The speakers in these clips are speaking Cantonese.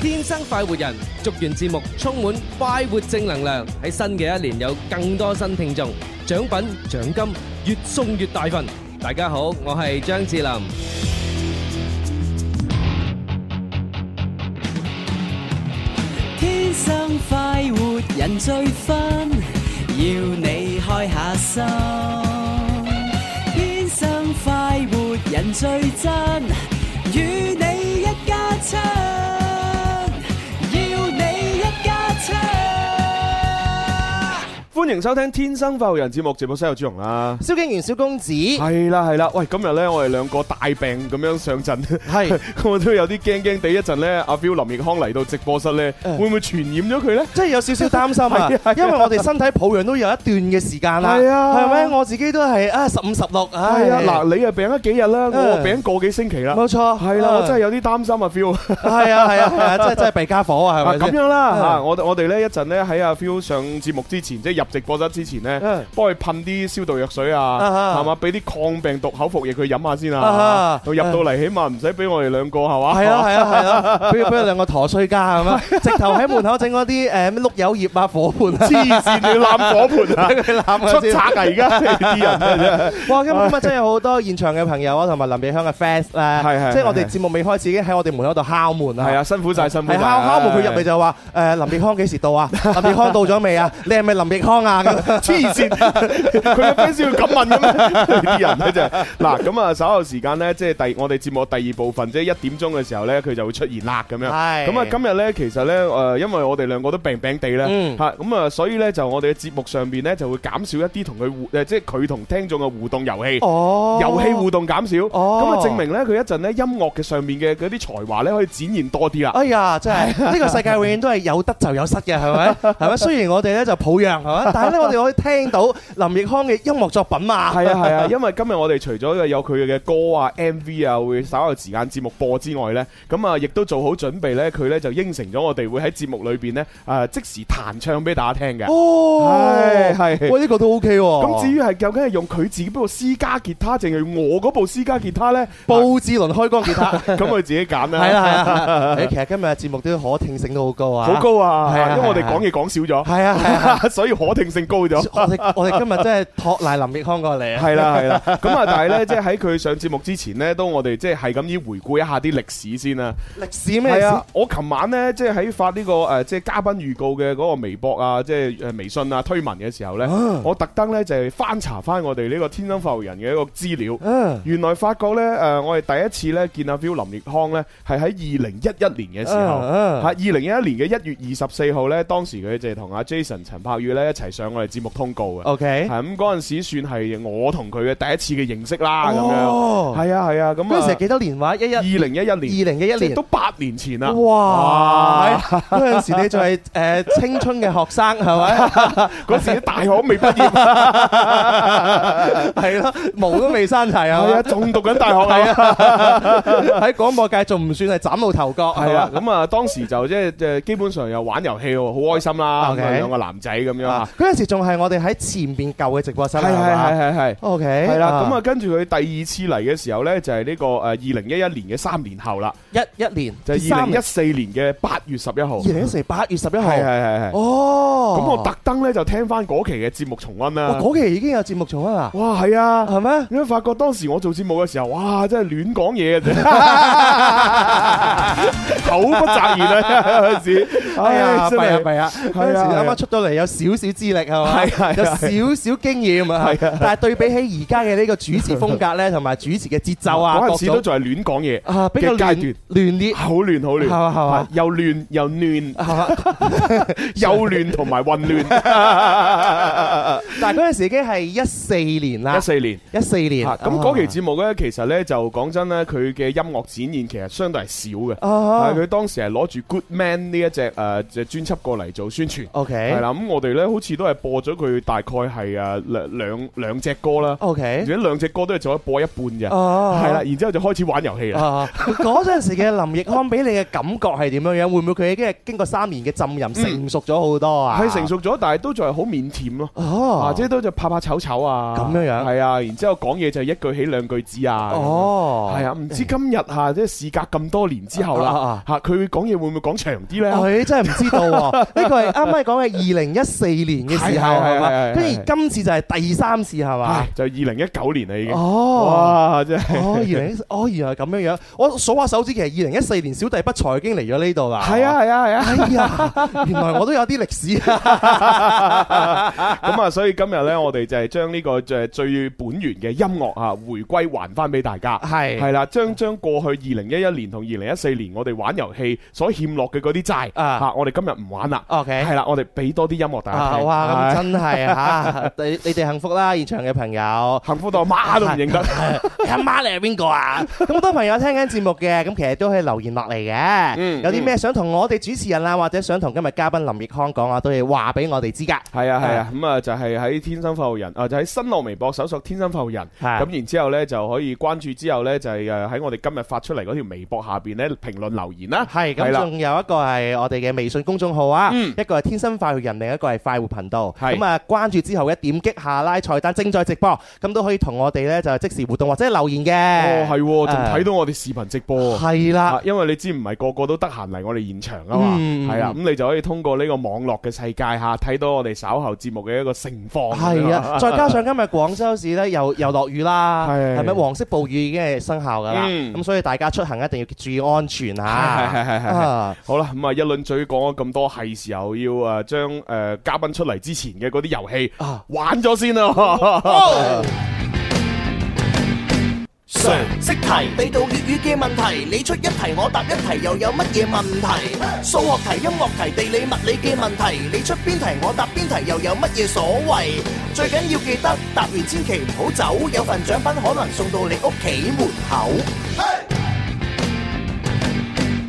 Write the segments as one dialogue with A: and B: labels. A: 天生快活人，祝願節目充滿快活正能量，喺新嘅一年有更多新聽眾，獎品獎金越送越大份。大家好，我係張智霖。
B: 天生快活人最 fun，要你開下心。天生快活人最真，與你一家親，要你一家親。
C: 歡迎收聽《天生快活人》節目，直播室有朱容啦。
D: 蕭敬元、小公子，
C: 係啦係 啦，喂，今日咧我哋兩個大病咁樣上陣，
D: 係
C: 我都有啲驚驚地。一陣咧，阿 Phil 林奕康嚟到直播室 咧，會唔會傳染咗佢咧？
D: 真係有少少擔心 啊
C: 係啊係啊，
D: 因為我哋身體抱恙都有一段嘅時間啦，
C: 係啊
D: 係咪？我自己都係啊十五十六，唉
C: 係啊，嗱，你啊病咗幾日啦，我啊病咗個幾星期啦。
D: 冇錯，
C: 係啦，我真係有啲擔心啊，Phil。
D: 係啊係啊 係啊，真係真係弊家伙啊，
C: 啊
D: 係咪
C: 咁
D: 先？
C: 樣啦
D: 嗯
C: 嚇，我哋我哋咧一陣咧喺阿 Phil 上節目之前，即係入直播室之前咧
D: 嗯，
C: 幫佢噴啲消毒藥水
D: 啊
C: 啊，
D: 哈
C: 係嘛，俾啲抗病毒口服液佢飲下先
D: 啊
C: 啊
D: 哈。
C: 佢入到嚟起碼唔使俾我哋兩個係嘛。
D: 係啊係啊 係啊，俾俾佢兩個陀衰家咁啊，直頭喺門口整嗰啲誒咩碌柚葉啊、火盆啊，
C: 黐線，你攬火盤 啊！
D: 佢攬
C: 出
D: 佢先
C: 賊。啊！而家啲人
D: 哇！今今日真係好多現場嘅朋友啊，同埋林美香嘅 fans
C: 係
D: 咧，
C: 係
D: 即係我哋節目未開始已經喺我哋門口度敲門啦。
C: 係啊，辛苦晒，辛苦
D: 係
C: 晒。
D: 敲敲門，佢入嚟就話：誒林奕匡幾時 到啊？林奕匡到咗未啊？你係咪林奕匡啊？咁
C: 黐線，佢嘅 fans 要咁問嘅咩？呢啲人咧就係嗱咁啊，稍後時間咧，即係第我哋節目第二部分，即係一點鐘嘅時候咧，佢就會出現啦咁樣。
D: 係
C: 咁啊，今日咧其實咧誒，因為我哋兩個都病病地咧
D: 嗯
C: 嚇，咁啊，所以咧就我哋嘅節目上邊咧就會減少一啲同佢互誒，即係佢同聽眾嘅互動遊戲。
D: 哦
C: 遊戲互動減少，
D: 哦
C: 咁啊證明咧佢一陣咧音樂嘅上面嘅嗰啲才華咧可以展現多啲啦。
D: 哎呀，真係呢個世界永遠都係有得就有失嘅，係咪？係咪？雖然我哋咧就抱恙，係咪？但係咧我哋可以聽到林奕匡嘅音樂作品嘛。
C: 係啊係 啊，因為今日我哋除咗有佢嘅歌啊、MV 啊，會稍有時間節目播之外呢，咁啊亦都做好準備呢，佢呢就應承咗我哋會喺節目裏邊呢，啊即時彈唱俾大家聽嘅。
D: 哦，
C: 係係
D: 喂，呢個都 OK 喎。
C: 咁至於係究竟係用佢自己部私家吉他，定係用我嗰部私家吉他呢？啊
D: 布志綸開光吉他，
C: 咁佢自己揀 啦。
D: 係啦係啦。誒，其實今日嘅節目都可聽性都好高啊。
C: 啊好。高啊！
D: 係啊
C: 因為我哋
D: 係啊
C: 講嘢講少咗，
D: 係啊 係啊。
C: 所以可聽性高咗。
D: 我哋我哋今日真係托賴林奕匡過嚟啊。
C: 係 啦係啦，咁啊但係呢，即係喺佢上節目之前呢，都我哋即係係咁樣回顧一下啲歷史先啦。
D: 歷史咩
C: 係
D: 事
C: 啊？，我琴晚咧，即係喺發呢個誒，即係嘉賓預告嘅嗰個微博啊，即係誒微信啊推文嘅時候咧，
D: 啊
C: 我特登咧就係翻查翻我哋呢個天生發育人嘅一個資料。
D: 嗯。
C: 原來發覺咧，誒，我哋第一次咧見阿 Phil 林奕康咧，係喺二零一一年嘅時候，
D: 嗯嗯
C: 嚇二零一一年嘅一月二十四號咧，當時佢就同阿 Jason 陳柏宇咧一齊上我哋節目通告嘅，係
D: OK。
C: 咁嗰陣時算係我同佢嘅第一次嘅認識啦，咁樣，
D: 哦。
C: 係啊係啊，咁
D: 嗰陣時係
C: 啊，
D: 幾多年話？一一
C: 二
D: 二
C: 零一一年。
D: 零嘅一
C: 即係
D: 年
C: 都。八年前啦。
D: 哇！
C: 哇
D: 嗰陣時你仲係誒青春嘅學生 係咪？
C: 嗰時啲大學未 畢業，
D: 係咯，毛都未生齊
C: 係啊，
D: 啊！
C: 仲讀緊大學
D: 係
C: 啊。
D: 啊， 喺廣播界仲唔算係斬露頭角
C: 係啊，咁啊，當時就即係即係基本上又玩遊戲喎，好開心啦。咁
D: OK
C: 啊兩個男仔咁樣
D: 嘛
C: 啊，。
D: 嗰陣時仲係我哋喺前邊舊嘅直播室
C: 係
D: 啦，
C: 係係
D: 係
C: 係係。
D: O K，
C: 係啦，咁啊，跟住佢第二次嚟嘅時候呢，就係呢個誒二零一一年嘅三年後啦，
D: 一一年
C: 就係二零一四年嘅八月十一號。
D: 二零一四八月十一號
C: 係係，係係。
D: 哦，
C: 咁我特登呢，就聽翻嗰期嘅節目重温
D: 哇
C: 啦。
D: 嗰期已經有節目重温啦，
C: 哇，係啊。
D: 係咩？
C: 你會發覺當時我做節目嘅時候，哇，真係亂講嘢 啊！口不擇言啊，有陣時，
D: 哎呀，
C: 真
D: 弊
C: 係
D: 啊弊啊！嗰陣時啱啱出到嚟有少少資歷係嘛，
C: 係啊係啊
D: 有少少經驗啊。
C: 係啊
D: 但係對比起而家嘅呢個主持風格咧，同埋主持嘅節奏啊，
C: 嗰陣時
D: 各
C: 都
D: 種
C: 仲係亂講嘢，
D: 啊比較
C: 嘅階
D: 亂
C: 段
D: 亂 啲。
C: 好亂好亂，啊
D: 係嘛係嘛
C: 又亂又 亂
D: 係嘛？
C: 又亂同埋混亂。
D: 但係嗰陣時已經係一四年啦
C: 一，四年，
D: 一四年。啊
C: 嚇咁嗰期節目呢，其實呢，就講真呢，佢嘅音樂展現其實相對係少嘅，
D: 啊
C: 但係佢當時係攞住 Good Man 呃呢一隻誒隻專輯過嚟做宣傳。
D: ，OK，
C: 係啦，咁我哋咧好似似都係播咗佢大概係誒兩兩兩隻歌啦，而
D: OK，
C: 且兩隻歌都係做咗播一半啫，啊係
D: 哦，
C: 啦，然之後就開始玩遊戲啦。
D: 啊！嗰陣時嘅林奕匡俾你嘅感覺係點樣樣？會唔會佢已經係經過三年嘅浸淫，成熟咗好多啊？
C: 嗯係成熟咗，但係都仲係好腼腆咯，
D: 哦
C: 啊，，即係都就怕怕醜醜啊，
D: 咁樣樣
C: 係啊，然之後講嘢就一句起兩句止啊，
D: 哦，
C: 係啊，唔知今日嚇即係事隔咁多年之後
D: 啊
C: 啦
D: 啊，
C: 嚇佢講嘢會唔會講長啲咧？
D: 佢真係唔知道 喎，呢個係啱啱講嘅二零一四年嘅時候
C: 係係係
D: 係
C: 係
D: 嘛，
C: 係
D: 跟住今次就係第三次係嘛
C: 唉，就二零一九年啦已經，
D: 哦。
C: 哇！真係
D: 哦，二零一哦，原來係咁樣樣。我數下手指，其實二零一四年小弟不才已經嚟咗呢度啦。
C: 係啊，係啊係啊！
D: 哎呀，原來我都有啲歷史啊。
C: 咁啊，所以今日呢，我哋就係將呢個誒最本源嘅音樂啊，回歸還翻俾大家。
D: 係
C: 係啦，將將過去二零一一年同二零一四年我哋玩遊戲所欠落嘅嗰啲債
D: 啊
C: 嚇，我哋今日唔玩啦。
D: ，OK，
C: 係啦，我哋俾多啲音樂大家
D: 啊，
C: 聽。
D: 哇，咁
C: 係
D: 真係嚇，你你哋幸福啦，現場嘅朋友。
C: 幸福到阿媽都唔 認得。
D: 你阿媽你係邊個啊？咁好多朋友聽緊節目嘅，咁其實都可以留言落嚟嘅。
C: 嗯
D: 有啲咩想同我哋主持人啊，或者想同今日嘉賓林奕匡講啊，都要話俾我哋知噶。
C: 係啊係啊，咁啊就係喺天生發號人啊，就喺新浪微博搜索天生發號人，
D: 係
C: 咁然之後咧就可以關注之後呢，就係誒呃喺我哋今日發出嚟嗰條微博下邊呢，評論留言啦。係
D: 係咁，
C: 啦
D: 仲有一個係我哋嘅微信公眾號啊，
C: 嗯
D: 一個係天生快活人，另一個係快活頻道。
C: 係
D: 咁啊，關注之後一點擊下拉菜單，正在直播，咁都可以同我哋呢就即時互動或者留言
C: 哦，係
D: 嘅。
C: 喎，仲
D: 誒
C: 睇到我哋視頻直播。
D: 係啦
C: 啊，，因為你知唔係個個都得閒嚟我哋現場啊嘛，
D: 嗯
C: 係啊，咁你就可以通過呢個網絡嘅世界嚇睇到我哋稍後節目嘅一個盛況。
D: 係 啊，再加上今日廣州市咧又又落雨啦，
C: 係
D: 係咪黃色暴雨已經係生效㗎啦？
C: 嗯
D: 咁所以大家出行一定要注意安全嚇。
C: 係係係係係
D: 啊
C: 好啦，咁啊一輪嘴講咗咁多，係時候要誒將誒嘉賓出嚟之前嘅嗰啲遊戲
D: 啊哦
C: 玩咗先啦。
E: 常識題，俾到粵語嘅問題，你出一題我答一題，又有乜嘢問題？數學題、音樂題、地理物理嘅問題，你出邊題我答邊題，又有乜嘢所謂？最緊要記得答完千祈唔好走，有份獎品可能送到你屋企門口。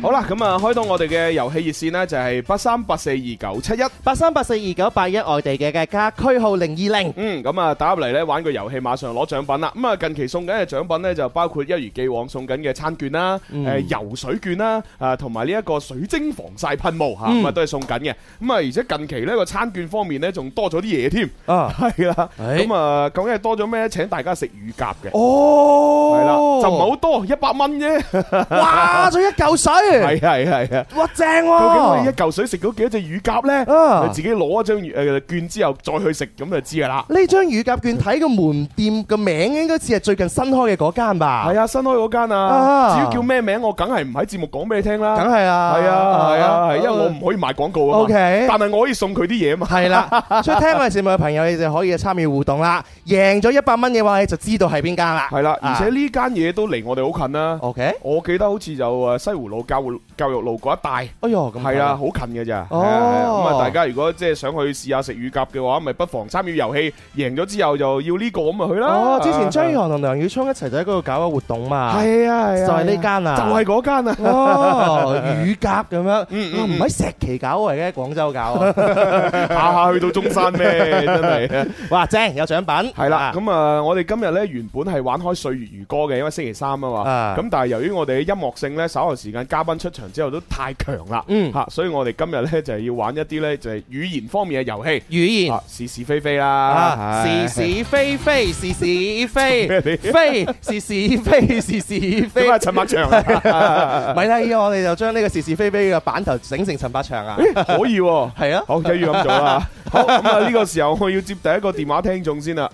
C: 好啦，咁啊開通我哋嘅遊戲熱線呢，就係八三八四二九七一。
D: 八三八四二九八一，外地嘅嘅加區號零二零。
C: 嗯，咁啊打入嚟呢，玩個遊戲，馬上攞獎品啦。咁啊近期送緊嘅獎品呢，就包括一如既往送緊嘅餐券啦，
D: 嗯
C: 誒游水券啦，啊同埋呢一個水晶防曬噴霧嚇，咁啊都係送緊嘅。咁啊而且近期呢個餐券方面呢，仲多咗啲嘢添，
D: 啊，
C: 係啦。
D: 誒
C: 咁啊究竟係多咗咩呢？請大家食乳鴿嘅，
D: 哦，
C: 係啦，就唔係好多，一百蚊啫。
D: 哇，仲一嚿 水，
C: 係係係啊。
D: 哇正
C: 究竟我哋一
D: 喎！
C: 嚿水食到幾多隻乳鴿呢？
D: 啊
C: 你自己攞一張誒券之後再去食咁就知噶啦。
D: 呢張乳鴿券睇個門店個名應該似係最近新開嘅嗰間吧？
C: 係啊，新開嗰間啊，
D: 啊
C: 至於叫咩名，我梗係唔喺節目講俾你聽啦。
D: 梗係啊，
C: 係啊，係啊，係因為我唔可以賣廣告啊嘛。
D: OK
C: 但係我可以送佢啲嘢啊嘛。
D: 係啦，所以聽我哋節目嘅朋友，你就可以參與互動啦。贏咗一百蚊嘅話，你就知道係邊間啦。
C: 係啦，而且
D: 啊
C: 呢間嘢都離我哋好近啦。
D: OK，
C: 我記得好似就誒西湖路教育教育路嗰一帶。
D: 哎呦，咁
C: 係啊，好近嘅咋。
D: 哦
C: 係啊係啊咁啊，大家如果即係想去試下食乳鴿嘅話，咪不妨參與遊戲，贏咗之後就要呢個咁咪去啦。
D: 哦，之前張宇
C: 係
D: 航同梁宇聰一齊就喺嗰度搞個活動嘛，
C: 啊係啊，
D: 就係呢間啊，
C: 就係嗰間啊。
D: 哦，乳鴿咁樣，啊
C: 嗯嗯
D: 唔喺石岐搞喎，而家喺廣州搞 啊，
C: 下下去到中山咩？真係
D: 哇，正有獎品，
C: 係啦
D: 啊，
C: 咁啊，我哋今日呢原本係玩開歲月如歌嘅，因為星期三啊嘛。
D: 啊
C: 咁但係由於我哋嘅音樂性呢，稍後時間嘉賓出場之後都太強啦，
D: 嗯
C: 吓，所以我哋今日呢就係要玩一啲呢就係語言方面嘅遊戲，
D: 語言
C: 啊，是是非非啦，
D: 嗯啊，
C: 唉
D: 是 是非非，是是非
C: 做咩你
D: 非，是是非，是是非
C: 點啊，。陳百祥啊
D: 咪啦，依家我哋就將呢個是是非非嘅版頭整成陳百祥啊，
C: 可以喎，
D: 係啊，
C: 好，一於咁做 啦。好，咁啊呢個時候我要接第一個電話聽眾先啦。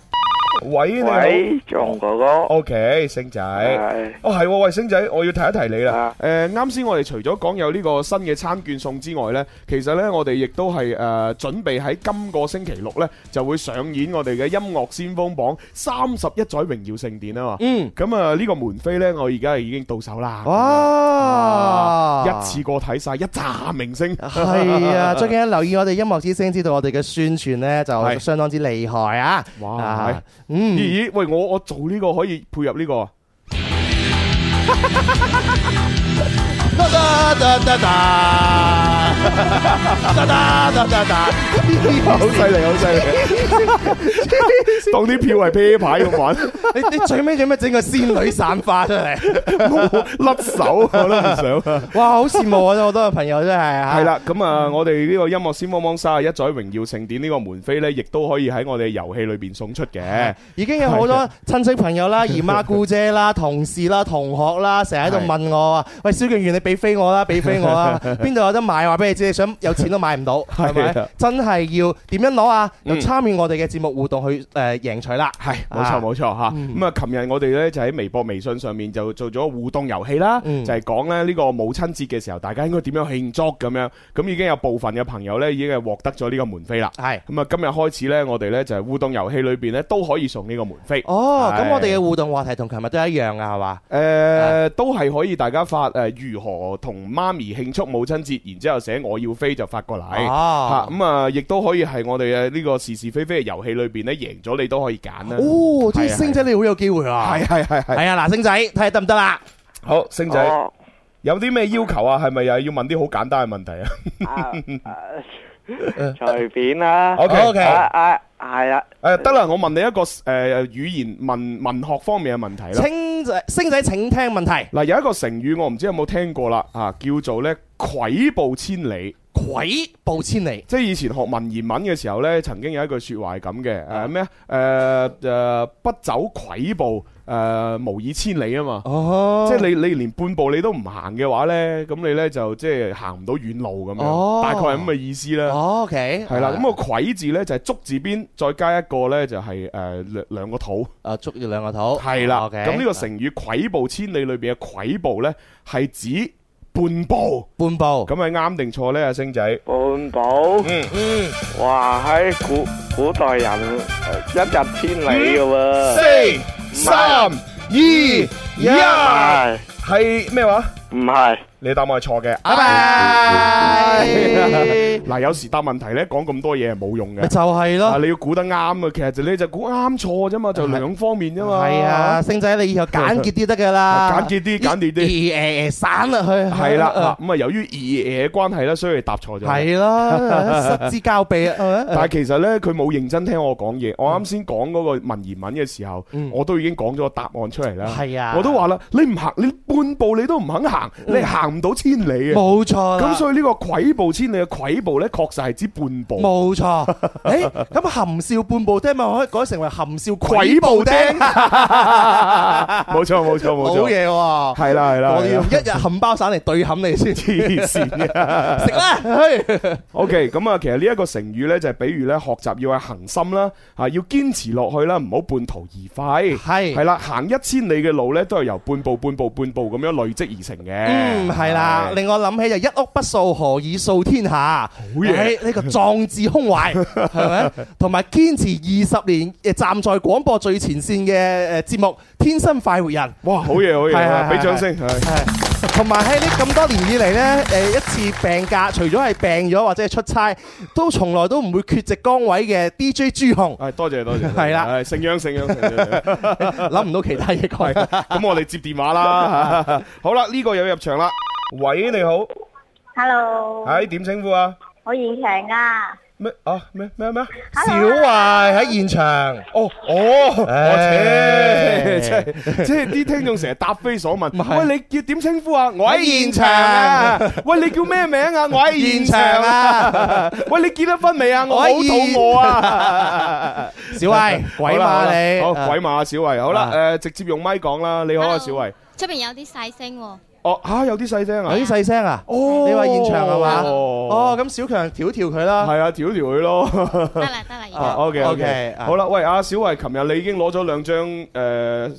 C: 喂，你好
F: 喂，仲哥哥，
C: ，OK，星仔。
F: 係
C: 哦，係喎，喂，星仔，我要提一提你啦
F: 啊。
C: 誒，啱先我哋除咗講有呢個新嘅餐券送之外呢，其實呢，我哋亦都係誒準備喺今個星期六呢，就會上演我哋嘅音樂先鋒榜三十一載榮耀盛典啊嘛。
D: 嗯，
C: 咁啊，呢個門飛呢，我而家已經到手啦。
D: 哇，
C: 啊一次過睇晒一紮明星。
D: 啊係 啊，最近留意我哋音樂之聲，知道我哋嘅宣傳咧
C: 係
D: 就相當之厲害啊！
C: 哇係
D: 啊，嗯，
C: 咦咦，喂，我我做呢個可以配合呢個 啊。
D: 得得得得得，得得得得得，
C: 好犀利，好犀利！當啲票係啤牌咁玩，
D: 你你最尾做咩整個仙女散花出 嚟？
C: 我甩手我都唔想啊！
D: 哇，好羨慕啊！好多朋友真 係啊，
C: 系啦，咁啊，我哋呢個音樂先幫幫沙一再榮耀盛典呢個門飛呢，亦都可以喺我哋遊戲裏边送出嘅。
D: 已經有好
C: 啊
D: 多親戚朋友啦、姨媽姑姐啦、同事啦、同學啦，成日喺度問我啊：，喂，蕭敬元，你俾飛我啦，俾飛我 啦，邊度有得買？話俾你知，你想有錢都買唔到，係
C: 係啊
D: 咪？真係要點樣攞啊？就
C: 嗯
D: 參與我哋嘅節目互動去誒贏取啦。
C: 係冇錯
D: 啊
C: 冇錯吓。
D: 嗯
C: 咁啊，琴日我哋呢就喺微博、微信上面就做咗互動遊戲啦，
D: 嗯
C: 就係講咧呢個母親節嘅時候，大家應該點樣慶祝咁樣。咁已經有部分嘅朋友呢已經係獲得咗呢個門飛啦。
D: 係。
C: 咁啊，今日開始呢，我哋呢就係互動遊戲裏边呢都可以送呢個門飛。
D: 哦，咁
C: 係
D: 我哋嘅互動話題同琴日都一樣啊，係嘛？
C: 誒、都係可以大家發誒、如何同媽咪慶祝母親節，然之後寫我要飛就發過嚟嚇
D: 哦，
C: 咁啊，亦都可以係我哋嘅呢個是是非非嘅遊戲裏邊咧贏咗你都可以揀啦。
D: 哦，
C: 啊
D: 即係星仔你好有機會啊！
C: 係係係係，
D: 係啊，嗱，星仔睇下得唔得啦？
C: 好星仔、
F: 哦，
C: 有啲咩要求啊？係咪又要問啲好簡單嘅問題啊
F: 啊啊隨便啦。
C: ？O K
D: O K
F: 啊啊，係啦，
C: 誒得啦，我問你一個誒、語言文文學方面嘅問題啦。
D: 星仔，星仔請聽問題。
C: 嗱，有一個成語我唔知有冇聽過啦，啊叫做咧跬步千里。
D: 跬步千里，
C: 即係以前學文言文嘅時候呢，曾經有一句説話係咁嘅，誒咩啊？誒誒不走跬步，誒無以千里啊嘛。
D: 哦
C: 即係你你連半步你都唔行嘅話呢，咁你呢就即係行唔到遠路咁樣，
D: 哦
C: 大概係咁嘅意思啦。
D: 哦，OK，
C: 係啦，咁個跬字呢就係足字邊，再加一個呢就係誒兩兩個土，
D: 啊，捉住兩個肚，
C: 係啦。
D: 哦 OK
C: 咁呢個成語跬步千里裏邊嘅跬步呢，係指半步，
D: 半步，
C: 咁係啱定錯呢？阿星仔？
F: 半步。
C: 嗯
D: 嗯，
F: 哇，喺古古代人呃一日千里嘅喎。
C: 四、三、二、
F: Dạ.
C: 一，
F: 係
C: 系咩话？
F: 唔係？
C: 你答案係錯嘅。
D: 拜拜，
C: 嗱，有時答問題咧，講咁多嘢係冇用嘅
D: 咪。就係
C: 啊，
D: 咯，
C: 你要估得啱啊，其實就你就估啱錯啫嘛，就兩方面啫嘛。
D: 係啊，，星仔 你以後簡潔啲得噶啦，
C: 簡潔啲簡潔啲
D: 啲，誒誒散落去，
C: 係 啦。嗱咁啊，由於二嘅關係咧，所以答錯咗。
D: 係咯，失之交臂啊， 係咪
C: 但係其實咧，佢冇認真聽我講嘢。我啱先講嗰個文言文嘅時候，
D: 嗯
C: 我都已經講咗個答案出嚟啦。
D: 係啊嗯
C: 我都話啦，你唔行，你半步你都唔肯行，你係行唔到千里嘅。
D: 冇錯啦
C: 咁所以呢個跬步千里嘅跬步咧，確實係指半步。
D: 冇錯，誒咁含笑半步釘咪可以改成為含笑
C: 跬
D: 跬
C: 步
D: 步
C: 釘，
D: 釘，
C: 冇錯冇錯冇
D: 好
C: 錯，
D: 嘢喎！
C: 係啦係啦，
D: 我哋用
C: 係啦
D: 一日冚包散嚟對冚你先，食
C: 黐 線嘅。
D: 啦！ 嘿
C: OK，咁啊，其實呢一個成語咧，就係比喻咧學習要係恒心啦，啊要堅持落去啦，唔好半途而廢。
D: 係
C: 係啦，行一千里嘅路咧，都係由半步半步半步咁樣累積而成嘅。
D: 嗯，係啦，
C: 係
D: 令我諗起就啊一屋不掃，何以掃天下？好
C: 嘢
D: 呢個壯志 胸懷係咪？同埋堅持二十年，誒站在廣播最前線嘅誒節目《天生快活人》。
C: 哇，好嘢好
D: 係係
C: 嘢，
D: 係
C: 俾掌聲。係
D: 係同埋喺呢咁多年以嚟呢，誒一次病假，除咗係病咗或者係出差，都從來都唔會缺席崗位嘅 DJ 朱紅，
C: 係多謝多謝，
D: 係啦
C: 係，盛央盛央盛央。
D: 諗唔到其他 嘢講。
C: 咁我哋接電話 啦。好啦，呢個又入場啦。喂，你好，
G: Hello，
C: 係點稱呼啊？
G: 我現場噶。
C: 咩啊？咩咩咩？
D: 小壞喺現場。
C: 哦哦，
D: 哎
C: 我切，
D: 唉
C: 即係即係啲聽眾成日答非所問。
D: 係
C: 喂，你叫點稱呼啊？我喺現
D: 現
C: 場
D: 場
C: 啊
D: 啊！
C: 喂，你叫咩名啊？我喺現
D: 現
C: 場
D: 場
C: 啊
D: 啊！
C: 喂，你結咗婚未啊？我好肚
D: 我喺現
C: 餓 啊！
D: 小慧，鬼
C: 好啦
D: 馬你，
C: 好鬼馬啊小慧，好啦，誒直接用麥講啦。你好啊，
H: Hello
C: 小慧。
H: 出边有啲細聲 喎，
C: 哦嚇，有啲細聲啊
D: 有！啲細聲啊！
C: 哦
D: 你話現場係嘛？
C: 哦
D: 哦，咁小強調一調佢啦。
C: 係啊，調一調佢咯。
H: 得啦得啦，而
C: 啊
H: 家
C: ，OK OK，
D: OK，啊
C: 好啦，喂，阿小慧，琴日你已經攞咗兩張誒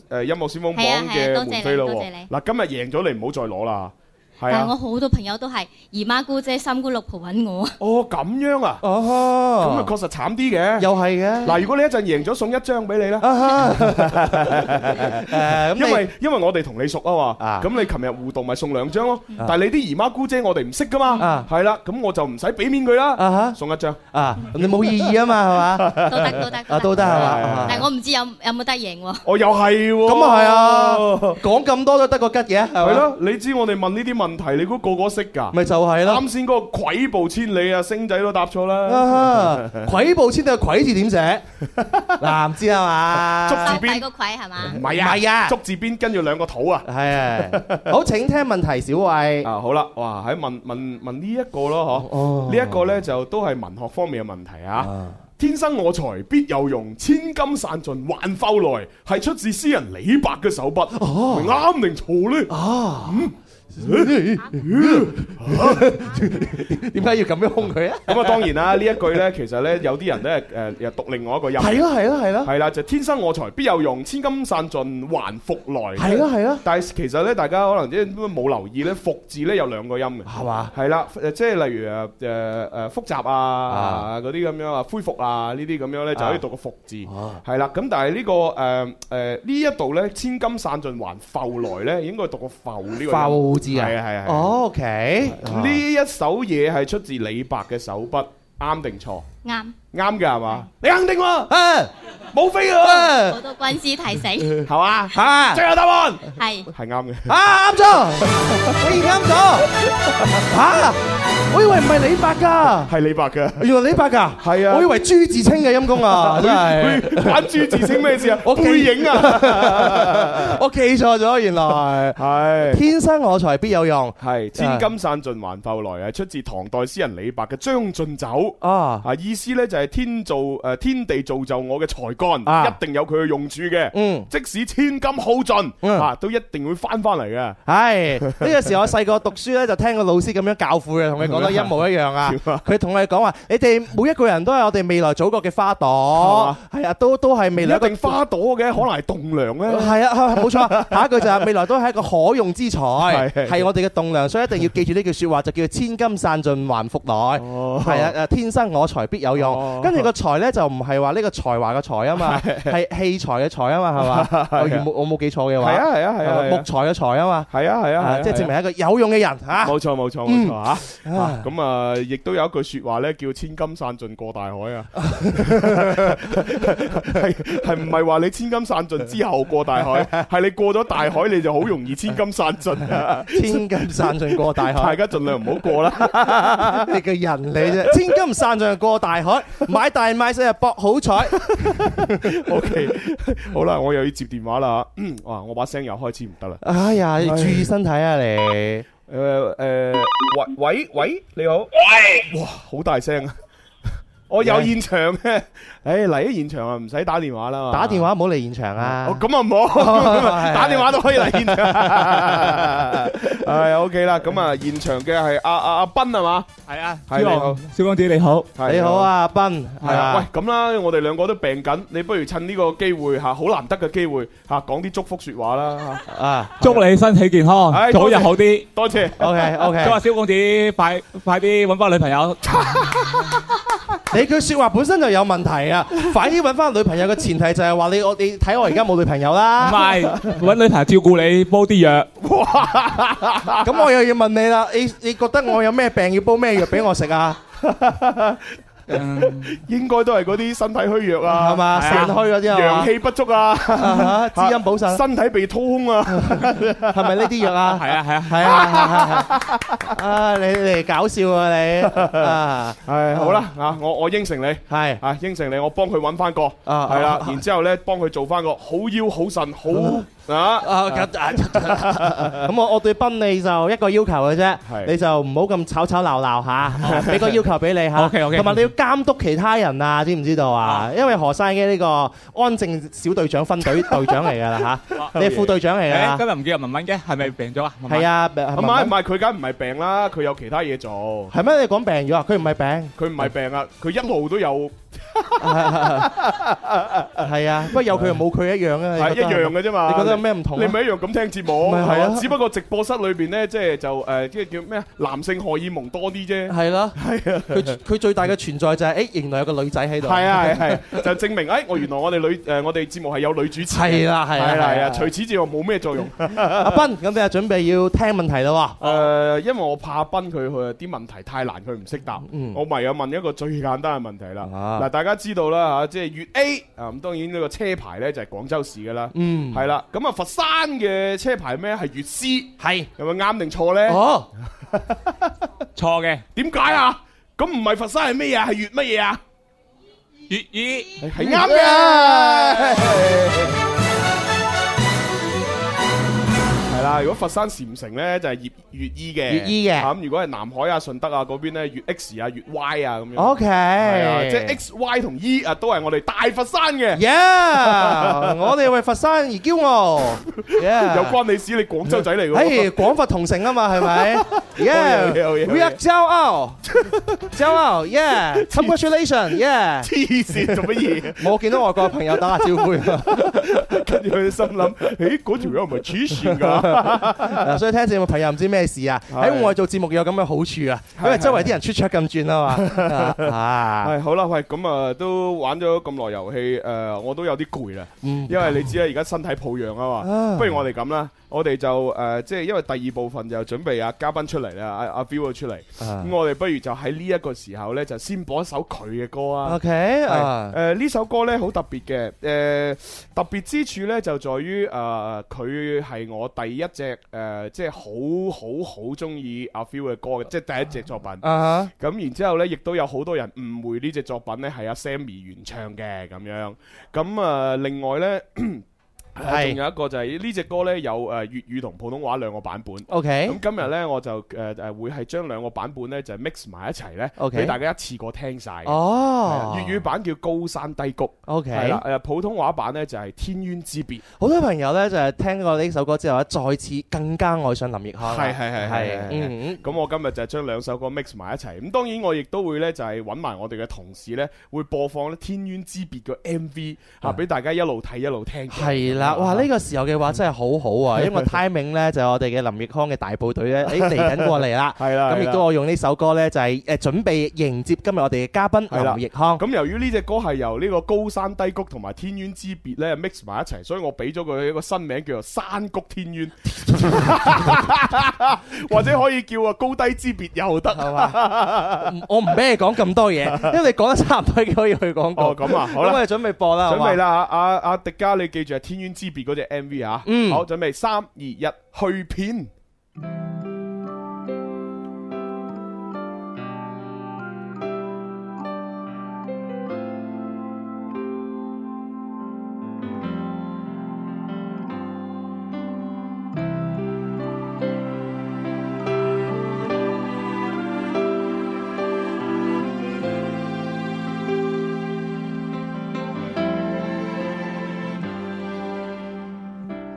C: 誒音樂先鋒榜
H: 係啊係啊
C: 嘅
H: 多謝
C: 門飛啦
H: 你多
C: 喎，
H: 謝你
C: 嗱，今日贏咗你唔好再攞啦，係
H: 但係
C: 啊
H: 我，好多朋友都係姨媽姑姐三姑六婆揾我，
C: 哦咁樣啊，咁啊
D: 哦，
C: 確實慘啲嘅，
D: 又係嘅。
C: 嗱，如果你一陣贏咗送一張俾你啦。
D: 啊哈誒，咁
C: 因為
D: 你
C: 因為我哋同你熟啊嘛，
D: 啊
C: 咁你琴日互動咪送兩張咯，但係你啲姨媽姑姐我哋唔識噶嘛
D: 啊，
C: 係啦，咁我就唔使俾面佢啦，
D: 啊哈
C: 送一張，
D: 啊，你冇意義 啊嘛，係嘛？
H: 都得都得
D: 啊，都得係嘛？啊
H: 但係我唔知有有冇得贏喎。
C: 哦又係喎，
D: 咁啊係啊，講咁多都得個吉嘅，係
C: 係
D: 咪？
C: 咯，你知我哋問呢啲問問題，你估個個識㗎？
D: 咪就係咯。
C: 啱先嗰個跬步千里啊，星仔都答錯 啦。
D: 啊哈！跬步先對跬 字點寫？嗱，唔知啊嘛。
C: 捉
H: 包
C: 住邊
H: 底個葵係嘛？
C: 唔
D: 唔係啊
C: 竹字邊跟住兩個土啊。
D: 係啊。好，請聽問題，小 慧。
C: 啊，好啦，哇，喺問問問呢一個咯，
D: 哦
C: 嗬，呢一個呢就都係文學方面嘅問題啊。
D: 啊
C: 天生我材必有用，千金散盡還復來，係出自詩人李白嘅手筆，
D: 哦
C: 啱定錯呢？
D: 啊！ 點解要咁樣兇佢啊？
C: 咁啊，當然啦，呢一句呢，其實呢，有啲人呢，誒又讀另外一個音，
D: 係咯係咯係咯
C: 係啦，就天生我材必有用，千金散盡還復來，
D: 係咯係咯，
C: 但係其實咧，大家可能即係都冇留意咧，復字咧有兩個音嘅，
D: 係嘛？
C: 係啦，誒即係例如誒誒誒複雜啊
D: 啊
C: 嗰啲咁樣啊，恢復啊呢啲咁樣咧，就可以讀個復字，
D: 啊
C: 係啦。咁但係呢個誒誒呢一度咧，千金散盡還復來咧，應該讀個浮呢個音
D: 浮字啊
C: 係啊係啊係啊。
D: 哦，OK，
C: 呢一首嘢係出自李白嘅手筆，啱定錯？
H: 啱，
C: 啱嘅係嘛？你肯定喎，
D: 啊
C: 冇飛㗎
D: 嗯
H: 我都軍師提
C: 喎，
H: 醒，
C: 係嘛？
D: 啊
C: 最後答案
H: 係
C: 係啱嘅。
D: 啊啱咗，你啱咗嚇！我以為唔係李白㗎，
C: 係李白嘅，
D: 原來李白㗎，
C: 係啊
D: 我以為朱自清嘅陰公啊，真係。
C: 佢關朱自清咩事啊？
D: 我記
C: 背影 啊，
D: 我記錯咗，原來
C: 係
D: 天生我材必有用
C: 係千金散盡還復來啊，出自唐代詩人李白嘅《將進酒》。
D: 啊！
C: 啊，意思呢就係天造誒天地造就我嘅才
D: 啊
C: 幹，一定有佢嘅用處嘅。
D: 嗯，
C: 即使千金耗盡
D: 嗯
C: 啊，都一定會翻翻嚟嘅。
D: 係呢個時候我細個讀書咧，就聽個老師咁樣教父嘅，同佢講得一模一樣 啊
C: 點啊！
D: 佢同我哋講話：你哋每一個人都係我哋未來祖國嘅花 朵，係啊，都都係未來
C: 一
D: 一個
C: 定花朵嘅，可能係棟梁咧。
D: 係啊，係冇錯。下一句就係未來都係一個可用之才，
C: 係
D: 係我哋嘅棟梁，所以一定要記住呢句説話，就叫千金散盡還復來。
C: 哦
D: 係啊，誒天生我材必有
C: 哦
D: 用。跟住個才咧就唔係話呢個才華嘅才 啊嘛，係器材嘅才啊嘛，係嘛？我如冇我冇記錯嘅
C: 係
D: 話，
C: 啊係啊係啊
D: 木材嘅才啊嘛，
C: 係啊係啊係
D: 啊
C: 啊，
D: 即係證明一個有用嘅人嚇。
C: 冇錯冇錯冇錯嚇。
D: 啊
C: 咁啊，亦都有一句説話咧，叫千金散盡過大海 啊，係係唔係話你千金散盡之後過大 海，係你過咗大海你就好容易千金散盡啊！
D: 千金散盡過 大
C: 大
D: 海，
C: 家盡量唔好過啦，
D: 你個人嚟啫。千金散盡過大 海，買大買細啊博好彩。
C: OK，好啦，我又要接電話啦嚇，嗯哇，我把聲又開始唔得啦，
D: 哎呀，要注意身體啊你！
C: 誒誒，呃喂喂喂，你好，哇，好大聲啊！我有現場嘅，誒嚟咗現場啊，唔使打電話啦嘛，
D: 打電話唔好嚟現場
C: 哦
D: 啊，！
C: 咁啊唔好，
D: 係
C: 打電話都可以嚟現場。係 OK 啦，咁啊現場嘅係阿阿阿斌係嘛？
I: 係啊，
C: 係你好，
I: 小公子你好，
C: 係
D: 你好，啊，阿斌，
C: 係啊，喂，咁啦，我哋兩個都病緊，你不如趁呢個機會嚇，好難得嘅機會嚇，講啲祝福説話啦嚇。
D: 啊
I: 祝你身體健康
C: 唉，
I: 早
C: 多
I: 日
C: 謝
I: 好啲。
C: 多謝。
D: ，OK
I: 祝
C: 啊
I: 阿
D: OK，
I: 小公子快快啲揾翻女朋友。
D: 你句説話本身就有問題啊！快啲揾翻女朋友嘅前提就係話你我你睇我而家冇女朋友
I: 唔
D: 啦，
I: 係揾女朋友照顧你，煲啲藥。
D: 咁我又要問你啦，你你覺得我有咩病要煲咩藥俾我食啊？
I: 嗯
C: 應該都係嗰啲身體虛弱啊，
D: 係嘛，腎虛嗰啲係
C: 陽
D: 嘛
C: 氣不足啊，
D: 啊哈，滋陰補 腎
C: 身體被掏空啊，
D: 係咪呢啲藥啊？
I: 係啊係啊，
D: 係啊係啊係啊！啊，你你搞笑啊你啊，
C: 係好啦嚇，我我應承你。
D: 係
C: 啊，應承你，我幫佢揾翻個，
D: 啊
C: 係啦
D: 啊，
C: 然之後咧幫佢做翻個好腰好腎好啊，
D: 啊咁啊咁我我對賓你就一個要求嘅啫
C: 係，
D: 你就唔好咁吵吵鬧鬧 嚇，俾個要求俾你嚇。
I: OK，OK
D: 同埋你要監督其他人啊，知唔知道啊？因為何生嘅呢個安靜小隊長分隊隊長嚟㗎啦嚇，你係副隊長嚟㗎
I: 誒
D: 啦
I: 今。日唔見阿文文嘅，係咪病咗啊？文文
D: 係，啊，
C: 唔
D: 係
C: 係唔
D: 咪？
C: 係，佢梗唔係病啦，佢有其他嘢做，
D: 係咩？你講病咗啊？佢唔係病，
C: 佢唔係病啊，佢一路都有
D: 係啊，不過有佢又冇佢一樣啊。
C: 係一
D: 你覺得
C: 樣嘅啫嘛。
D: 你覺得有咩唔同
C: 你
D: 啊
C: 咪一樣咁聽節目，
D: 咪係啊
C: 只不過直播室裏邊咧，即係就誒，即係叫咩啊？男性荷爾蒙多啲 啫。
D: 係咯，佢佢最大嘅存在就係誒，原來有個女仔喺度。
C: 係啊係啊係，就證明誒，我原來我哋女誒，我哋節目係有女主持嘅。
D: 係啦係
C: 係
D: 啦
C: 啦係
D: 係
C: 啊，
D: 啦
C: 除此之外冇咩作用。
D: 阿斌，咁你就準備要聽問題啦
C: 誒，呃因為我怕斌佢佢啲問題太難，佢唔識答，
D: 嗯
C: 我咪又問一個最簡單嘅問題啦。
D: 啊
C: 嗱，大家家知道啦嚇，即係粵 A 啊，咁當然呢個車牌咧就係廣州市噶啦，
D: 嗯
C: 係啦。咁啊，佛山嘅車牌咩係粵 C，
D: 係
C: 係咪啱定錯咧？
D: 哦，
I: 錯嘅，
C: 點解啊？咁唔係佛山係咩嘢啊？係粵乜嘢啊？
I: 粵語
C: 係係啱嘅。係啦，如果佛山禪城咧就係粵粵 E 嘅，
D: 粵 E 嘅
C: 啊咁如果係南海啊、順德啊嗰邊咧，粵 X 啊、粵 Y 啊咁樣。
D: OK，
C: 係啊，即係 X、Y 同 E 啊，都係我哋大佛山嘅。
D: Yeah，我哋為佛山而驕傲。Yeah，
C: 有關你事，你廣州仔嚟
D: 哎
C: 嘅喎。，
D: 廣佛同城啊嘛， 係咪
C: 好嘢好嘢好嘢
D: ？Yeah，we are 驕傲，驕傲，Yeah，congratulation，Yeah。
C: 黐線做乜 嘢？
D: 我見到外國嘅朋友打下招呼
C: 跟住佢心諗，誒嗰條友唔係黐線 㗎，
D: 啊，所以聽節目朋友唔知咩事啊。喺戶外做節目有咁嘅好處啊，因為周圍啲人出出咁 轉啊嘛。啊，
C: 係好啦，喂，咁啊都玩咗咁耐遊戲，誒我都有啲攰啦，
D: 嗯
C: 因為你知啦，而家身體抱恙啊嘛，
D: 啊
C: 不如我哋咁啦，我哋就誒即係因為第二部分就準備啊嘉賓出嚟啦，阿阿 Bill 出嚟，
D: 啊
C: 咁我哋不如就喺呢一個時候咧，就先播一首佢嘅歌啊。
D: ，OK
C: 係
D: 啊，
C: 誒呢首歌咧好特別嘅，誒、特別之處咧就在於呃誒佢係我第一隻誒、呃即係好好好中意阿 Phil 嘅歌嘅，即係第一隻作品。
D: 啊
C: 咁然之後咧，亦都有好多人誤會呢隻作品咧係阿 Sammy 原唱嘅咁樣。咁啊、另外 咧。誒仲有一個就係呢只歌呢，有誒粵語同普通話兩個版本。
D: ，OK
C: 咁今日呢，我就誒誒會係將兩個版本呢，就 mix 埋一齊呢，
D: OK
C: 俾大家一次過聽晒嘅。係啊
D: 哦，
C: 粵語版叫高山低谷，
D: OK
C: 係啦，誒普通話版咧就係天淵之別，
D: 好多朋友咧就係聽過呢首歌之後咧，啊再次更加愛上林奕匡啦。啊
C: 係係係係係
D: 係，嗯，
C: 咁我今日就將兩首歌 mix 埋一齊，咁當然我亦都會咧就係揾埋我哋嘅同事咧，會播放咧天淵之別嘅 MV 嚇，俾大家一路睇一路聽。啊
D: 係啊啦，哇！呢個時候嘅話真係好好啊，因為 timing 咧就係我哋嘅林奕匡嘅大部隊 咧，誒嚟緊過嚟啦。
C: 係啦
D: 咁
C: 係
D: 亦
C: 啦
D: 都我用呢首歌咧就係誒準備迎接今日我哋嘅嘉賓
C: 係啦
D: 林奕匡。
C: 咁由於呢只歌係由呢個高山低谷同埋天淵之別咧 mix 埋一齊，所以我俾咗佢一個新名叫做山谷天 淵，或者可以叫啊高低之別又得。
D: 係嘛？唔我唔俾你講咁多嘢，因為你講得差唔多，可以去廣告。
C: 哦咁啊好啦
D: 咁我哋準備播啦，
C: 準備
D: 啦。
C: 啦，阿阿迪嘉，你記住係《天淵之別》嗰只 M V 啊！
D: 嗯
C: 好，準備三二一，去片。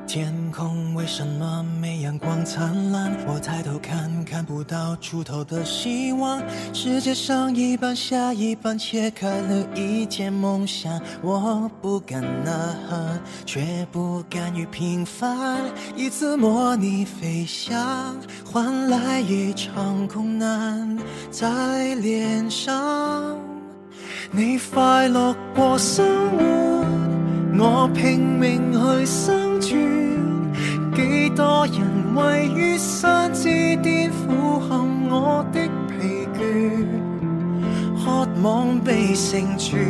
B: 天空为什么没阳光灿烂？我抬头看，看不到出头的希望。世界上一半下一半切开了一切梦想，我不敢呐喊，却不甘于平凡。一次模拟飞翔，换来一场空难在脸上。你快樂過生活，我拼命去生存。幾多人位於山之巔，俯瞰我的疲倦，渴望被成全。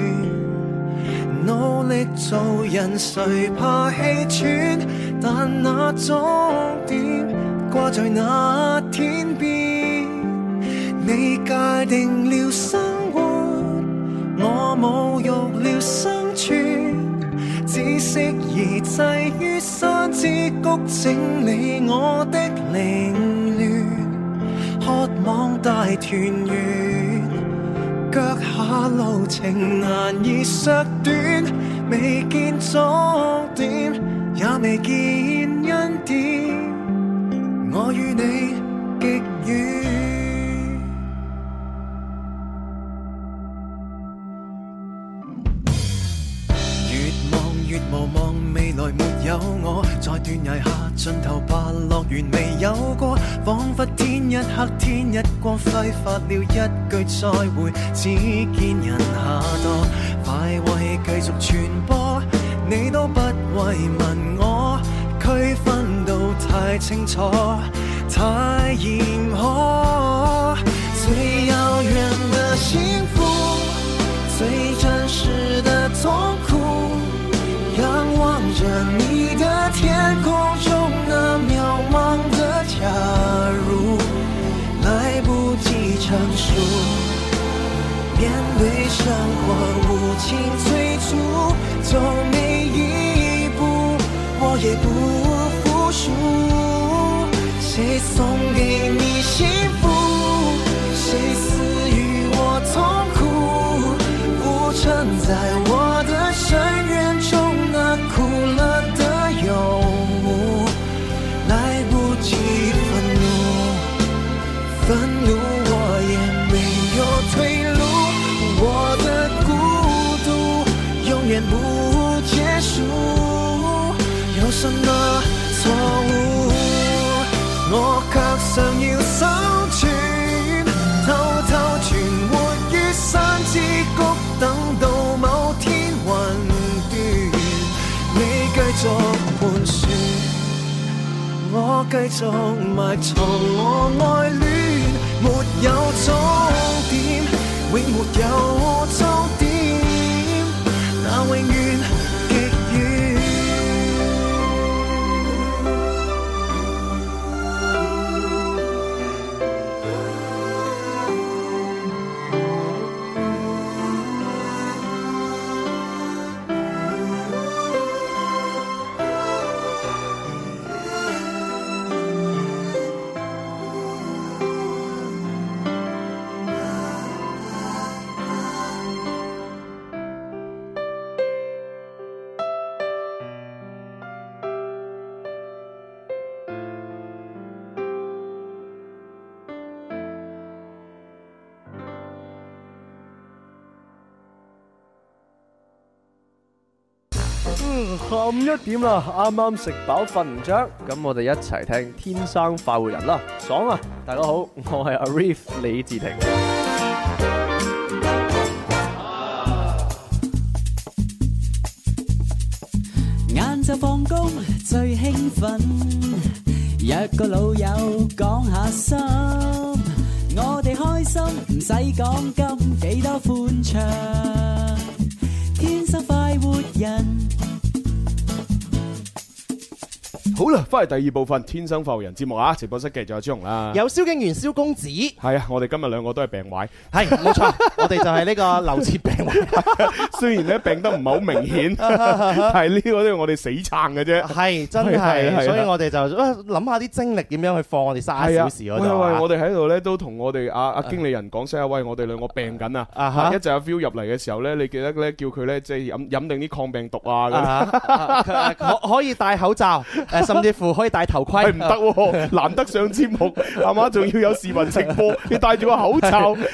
B: 努力做人，誰怕氣喘？但那終點掛在那天邊，你界定了生活。我侮辱了生存，只適宜滯於山之谷，整理我的凌亂，渴望大團圓。腳下路程難以削短，未見終點，也未見恩典，我與你極遠。越望越無望，未來沒有我，在斷崖下盡頭吧，樂園未有過，彷彿天一黑，天一光，揮發了一句再會，只見人下墮，快慰繼續傳播，你都不慰問我，區分到太清楚，太嚴苛，最遙遠的幸福。最真實成熟，面对生活无情催促，走每一步我也不服输。谁送给你幸福？谁赐予我痛苦？浮沉在我的深渊中那苦了的游牧，来不及愤怒。愤怒，我也没有退路，我的孤独永远不结束。有什么错误？我却尚要生存，偷偷存活於山之谷，等到某天雲端，你繼續盤旋。我繼續埋藏我愛戀，沒有終點，永沒有終點，那永遠極遠。
J: 嗯，下午一點啦，啱啱食飽瞓唔着，咁我哋一齊聽《天生快活人》啦，爽啊！大家好，我係 Arif 李志廷。
K: 晏晝放工最興奮，約個老友講下心，我哋開心唔使講金，幾多歡暢，天生快活人。
C: 好啦，翻嚟第二部分《天生浮人》節目啊！直播室繼續有朱紅啦，
D: 有蕭敬元、蕭公子，係
C: 係啊！我哋今日兩個都係病 壞，
D: 冇錯，我哋就係呢個流切病患，
C: 雖然咧病得唔係好明 顯，但係呢個都係我哋死撐嘅啫。
D: 係真
C: 係係
D: 係，
C: 係
D: 所以我哋就啊諗下啲精力點樣去放我哋卅
C: 係
D: 小
C: 啊，
D: 時
C: 喂
D: 嗰
C: 喂，
D: 度
C: 我哋喺度咧都同我哋阿阿經理人講聲啊，喂，我哋兩個病緊啊！
D: 啊哈
C: 一陣阿 Phil 入嚟嘅時候咧，你記得咧叫佢咧即係飲飲定啲抗病毒啊
D: 啊
C: 咁。
D: 啊啊啊可可以戴口罩，誒甚至乎可以戴頭盔，
C: 哎係唔得喎，難得上節目係嘛，仲要有視頻直播，你戴住個口罩，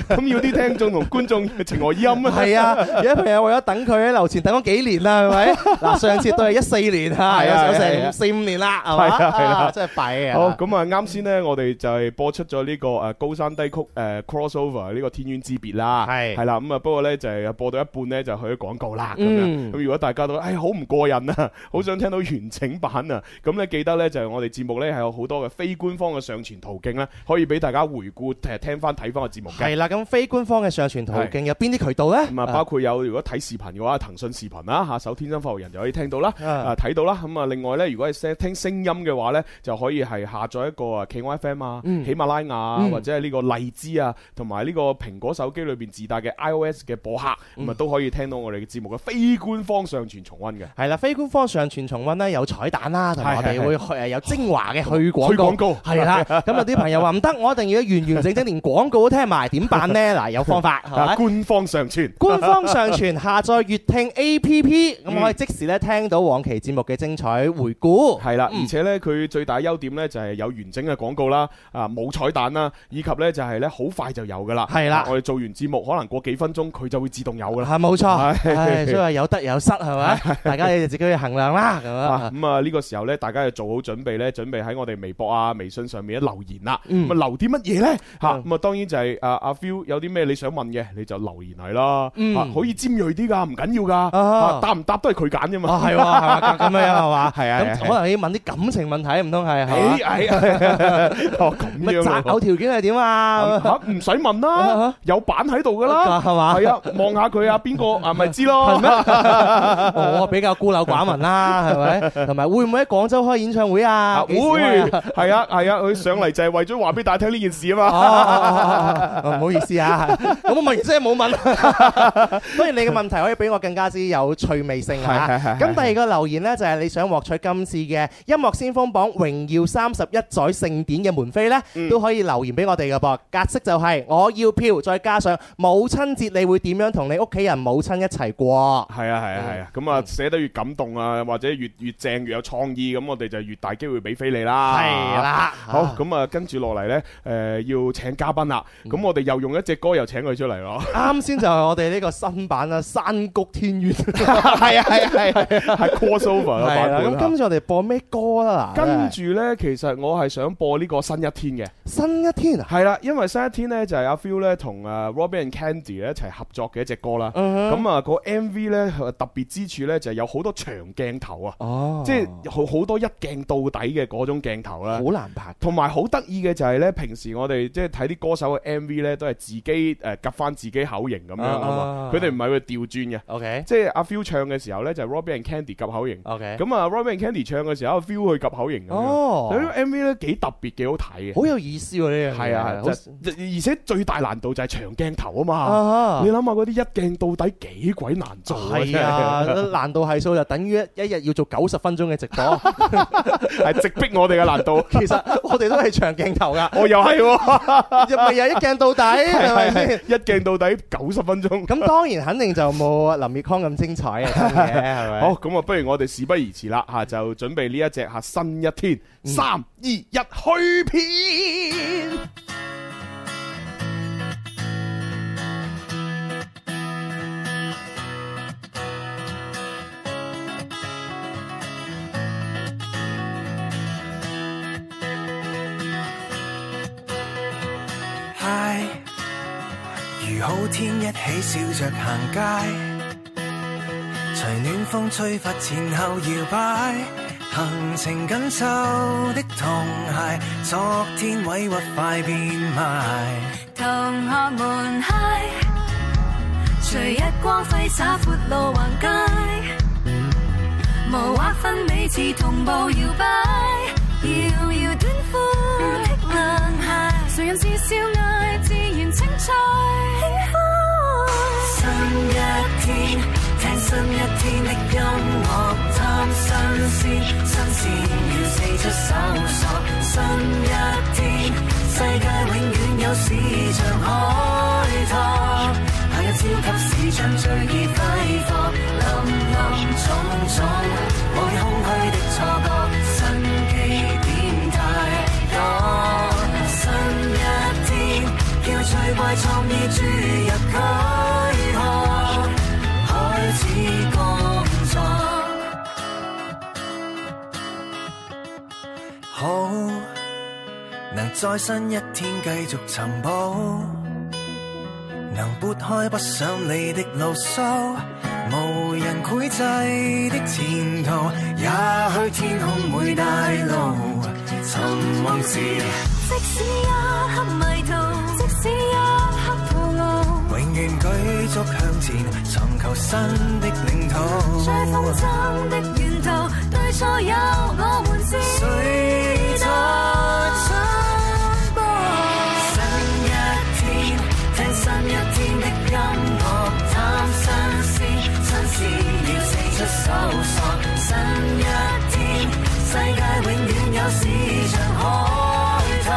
C: 咁要啲聽眾同觀眾情何以堪啊！
D: 係啊，有啲朋友為咗等佢喺樓前等咗幾年啦，係咪？嗱，上次都係一四年啊，
C: 係啊
D: 有
C: 係啊係啊
D: 成四五年啦，係
C: 係啊係啊
D: 嘛？啊真係弊啊！
C: 好，咁啊，啱先咧，我哋就係播出咗呢個誒高山低曲誒 crossover 呢個天淵之別啦，
D: 係
C: 係啦，咁啊，不過咧就係播到一半咧就去咗廣告啦，咁樣。
D: 嗯
C: 咁如果大家都誒好唔過癮啊，好想聽到完整版啊，咁咧記得咧就係我哋節目咧係有好多嘅非官方嘅上傳途徑咧，可以俾大家回顧誒聽翻睇翻個節目嘅。
D: 係啦，咁非官方嘅上傳途徑有邊啲渠道咧？
C: 咁啊，包括有如果睇視頻嘅話，騰訊視頻啦嚇，搜天生發育人就可以聽到啦，
D: 啊
C: 啊睇到啦。咁啊，另外咧，如果係聲聽聲音嘅話咧，就可以係下載一個啊 KYFM 啊、
D: 嗯
C: 喜馬拉雅啊
D: 嗯
C: 或者係呢個荔枝啊，同埋呢個蘋果手機裏邊自帶嘅 iOS 嘅播客，咁啊
D: 嗯
C: 都可以聽到我哋嘅節目嘅非官方上傳重温嘅。
D: 係啦，非官方上傳重温咧有彩蛋啦，同埋我
C: 係
D: 哋
C: 係
D: 會去誒有精華嘅去廣
C: 去廣
D: 告。
C: 告
D: 係啦，咁有啲朋友話唔得，我一定要完完整整連廣告都聽埋，點辦 呢？嗱，有方法係
C: 啊
D: 咪？
C: 官方上傳。
D: 官方上傳下載粵聽 A P P，咁可以即時咧聽到往期節目嘅精彩回顧。
C: 係啦，
D: 嗯
C: 而且咧佢最大優點咧就係有完整嘅廣告啦，啊冇彩蛋啦，以及咧就係咧好快就有噶啦。
D: 係啦
C: 啊我哋做完節目可能過幾分鐘佢就會自動有噶啦。
D: 係冇錯，
C: 係
D: 唉，所以話有得有失係咪？大家你哋自己去衡量啦，咁
C: 啊
D: 啊，
C: 咁啊呢個時候咧，大家就做好準備咧，準備喺我哋微博啊、微信上面咧留言啦。
D: 嗯
C: 咁啊留啲乜嘢咧？吓
D: 嗯
C: 咁啊當然就係啊阿 Phil 有啲咩你想問嘅，你就留言嚟啦。
D: 嗯
C: 啊可以尖鋭啲㗎，唔緊要㗎。
D: 啊
C: 啊答唔答都係佢揀啫
D: 啊
C: 嘛。
D: 係喎，係嘛咁咁樣係嘛，
C: 係啊係啊
D: 咁可能要問啲感情問題，唔通係係嘛
C: 哎哎哎 哦咁
D: 咪
C: 樣
D: 擇偶
C: 啊
D: 條件係點 啊？
C: 吓唔使問
D: 啊
C: 啦
D: 啊，
C: 有版喺度㗎啦。
D: 係嘛？
C: 係啊，望下佢啊，邊個 啊咪知咯。
D: 哦係咩？我比較孤陋寡聞啦，係咪？同埋會唔會喺廣州開演唱會 啊？
C: 會
D: 幾時開啊
C: 係啊係啊，佢上嚟就係為咗話俾大家聽呢件事啊
D: 哦
C: 嘛。
D: 哦哦哦唔好意思啊，咁我問完真係冇問。當然你嘅問題可以俾我更加之有趣味性
C: 係係
D: 啊
C: 係！係
D: 咁第二個留言呢，就係你想獲取今次嘅音樂先鋒榜榮耀三十一載盛典嘅門飛呢，都可以留言俾我哋嘅噃。格式就係我要票，再加上母親節你會點樣同你屋企人母親一齊過？
C: 係啊係啊係啊，咁
D: 嗯
C: 啊寫得越感動啊，或者越越正越有創意，咁我哋就越大機會俾飛你啦。
D: 係啦
C: 好咁啊，跟住落嚟呢，誒要請嘉賓啦，
D: 嗯
C: 咁我哋又用一隻歌又請佢出嚟 咯。
D: 啱先就係我哋呢個新版啦，《山谷天淵》係啊係啊係啊
C: 係 crossover 嘅
D: 係
C: 版
D: 啦。
C: 本
D: 咁
C: 啊
D: 跟住我哋播咩歌啦？嗱
C: 跟住呢，其實我係想播呢個新一天嘅。
D: 新一天啊！
C: 係啦，因為新一天呢，就係阿 Phil 咧同誒 Robin and Candy 咧一齊合作嘅一隻歌啦。
D: 嗯哼
C: 咁啊，個 MV 呢，特別之處呢，就係有好多長鏡頭啊，
D: 哦
C: 即係好好多一鏡到底嘅嗰種鏡頭啦。
D: 好難拍。
C: 同埋好得意嘅就係呢，平時我哋即係睇啲歌手嘅 MV 呢，都係自己誒夾翻自己口型咁樣啊嘛
D: 啊。
C: 佢哋唔係會調轉嘅。
D: OK，
C: 即係阿 Phil 唱嘅時候呢，就係 Robin and Candy 夾口型。
D: OK
C: 咁啊，Robin and Candy 唱嘅時候阿 Phil 去夾口型咁樣。
D: 哦
C: 所以呢個 MV 呢，幾特別，幾好睇嘅。
D: 好有意思喎呢樣嘢，
C: 係啊，就
D: 好
C: 而且最大難度就係長鏡頭啊
D: 啊
C: 嘛。你諗下嗰啲一鏡到底幾鬼難做啊！
D: 係 啊，
C: 真係
D: 難度係數就等於一一日要做九十分鐘嘅直播，
C: 係直逼我哋嘅難度。
D: 其實我哋都係長鏡頭噶，
C: 我又係喎
D: 又咪又一鏡到底，係 咪
C: 係係
D: 先？
C: 一鏡到底九十分鐘。
D: 咁當然肯定就冇林奕匡咁精彩啊，真嘅係 咪？
C: 好，咁啊，不如我哋事不宜遲啦，吓就準備呢一隻吓新一天，三二一，去片。
L: 嗨，如好天一起笑着行街，隨暖風吹拂前後搖擺，行程緊收的童鞋，昨天委屈快變賣。
M: 同學們嗨，隨日光揮灑闊路橫街，無劃分彼此同步搖擺，搖搖短褲的男孩，誰人是笑嗌自然青菜。
B: 新一天，聽新一天的音樂，貪新鮮，新鮮要四出搜索。新一天，世界永遠有市場開拓，下日超級市場隨意揮霍，林林種種，我有空虛的錯覺，新奇點太多。新一天，叫趣怪創意注入軀殼，開始工作。
L: 好，能再新一天繼續尋寶，能撥開不想你的牢騷，無人繪製的前途，也許天空會帶路，尋夢時。
M: 即使一刻迷途，即使一刻徒勞，
L: 永遠舉足向前，尋求新的領土。
M: 追風箏的沿途，對錯有我們知
L: 水
M: 道。
B: 新一天，聽新一天的音樂，貪新鮮，新鮮要四出搜索。新一天，世界永遠有市場開拓，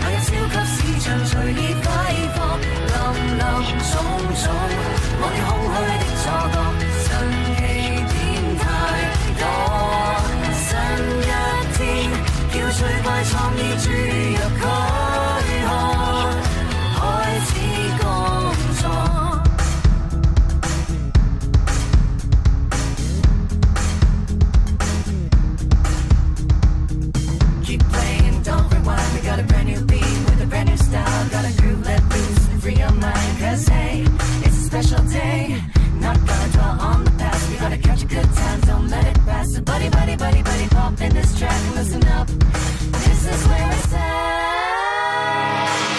B: 係超級市場隨意揮霍，林林種種，我哋空虛的錯覺，新起點太多。新一天，叫最怪創意注入軀殼，開始工作。
H: Keep playing, don't rewind. We got a brand new beat with a brand new style. Got a groove, let loose and free your mind. Cause hey, it's a special day. Not gonna dwell on the past. We gotta catch a good time, don't let it pass. So buddy, buddy, buddy, buddy, pop in this track and listen up. This is where it's at.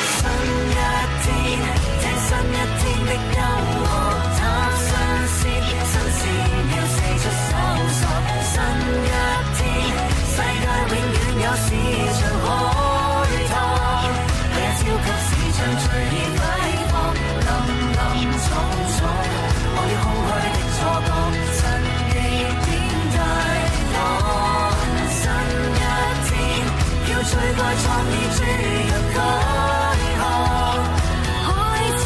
N: 愛創意注入改行，開始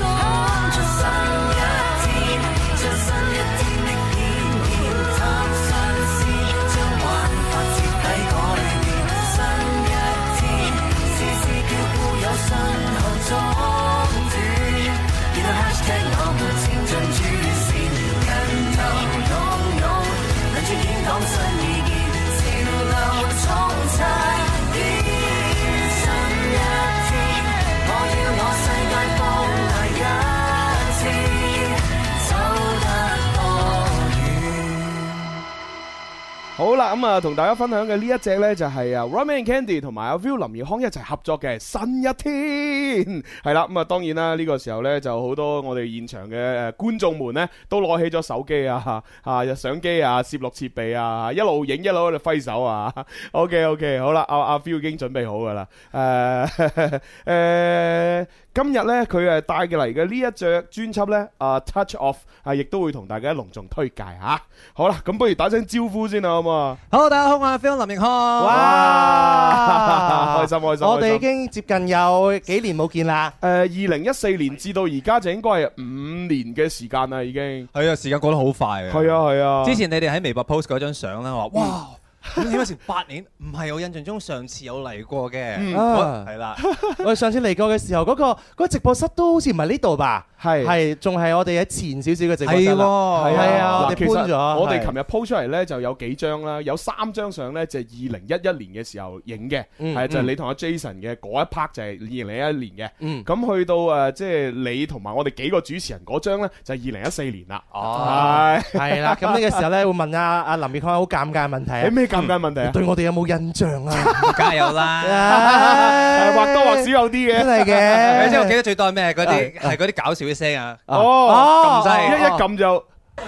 N: 講出新一天，將新一天的偏見貪新鮮，將玩法徹底改變。新一天，時事叫固有新後中斷，然後 hashtag 我們前進主線，跟頭擁有。能出演講新意見，潮流沖刷變新一天。我要我世界放大一次，走得多遠？
C: 好啦，咁啊，同大家分享嘅呢一隻呢，就係啊 Roman Candy 同埋阿 Will 林奕匡一齊合作嘅《新一天》，係啦，咁啊，當然啦，呢個時候呢，就好多我哋現場嘅誒觀眾們呢，都攞起咗手機啊、啊相機啊、攝錄設備啊，一路影一路喺度揮手啊。OK OK，好啦，阿阿 Will 已經準備好噶啦， 誒誒。今日呢，佢誒帶嘅嚟嘅呢一隻專輯呢，啊 Touch Off 啊，亦都會同大家隆重推介嚇。好啦，咁不如打聲招呼先啦，好啊嘛？
L: Hello，大家好，我係 Phil 林奕 匡。
C: 哇！開心開心！
D: 啊我哋已
C: 開心
D: 經接近有幾年冇見啦。
C: 誒，二零一四年至到而家就應該係五年嘅時間啦，已經。
L: 係啊，時間過得好快啊！
C: 係啊係啊
L: 之前你哋喺微博 post 嗰張相咧，我話哇，咁點解成八年？唔係我印象中上次有嚟過嘅，
D: 嗯
L: 我係啦。
D: 我哋上次嚟過嘅時候，嗰個嗰個直播室都好似唔係呢度吧？
C: 係
D: 係，仲係我哋喺前少少嘅直播室啦。係啊，我
C: 嗱其
D: 哋
C: 實
D: 搬咗。
C: 我哋
D: 係
C: 琴日 po 出嚟咧就有幾張啦，有三張相咧就係二零一一年嘅時候影嘅，
D: 嗯
C: 係就係
D: 嗯
C: 你同阿 Jason 嘅嗰一 part 就係二零一一年嘅。
D: 嗯
C: 咁去到誒即係你同埋我哋幾個主持人嗰張咧就係二零一四年啦。
L: 哦
D: 係 啦，咁呢個時候咧會問阿阿林奕匡好尷尬嘅問題啊
C: 誒！咩尷尬問題啊
D: 你 對我哋有冇 印象啊？
L: 加油 啦！
D: 唉
C: 或多或少有啲嘅
D: 真係嘅
L: 你知我記得最多係咩？嗰啲係嗰啲搞笑嘅聲啊！
C: 哦，
L: 撳掣
C: 一一撳就。
D: 冇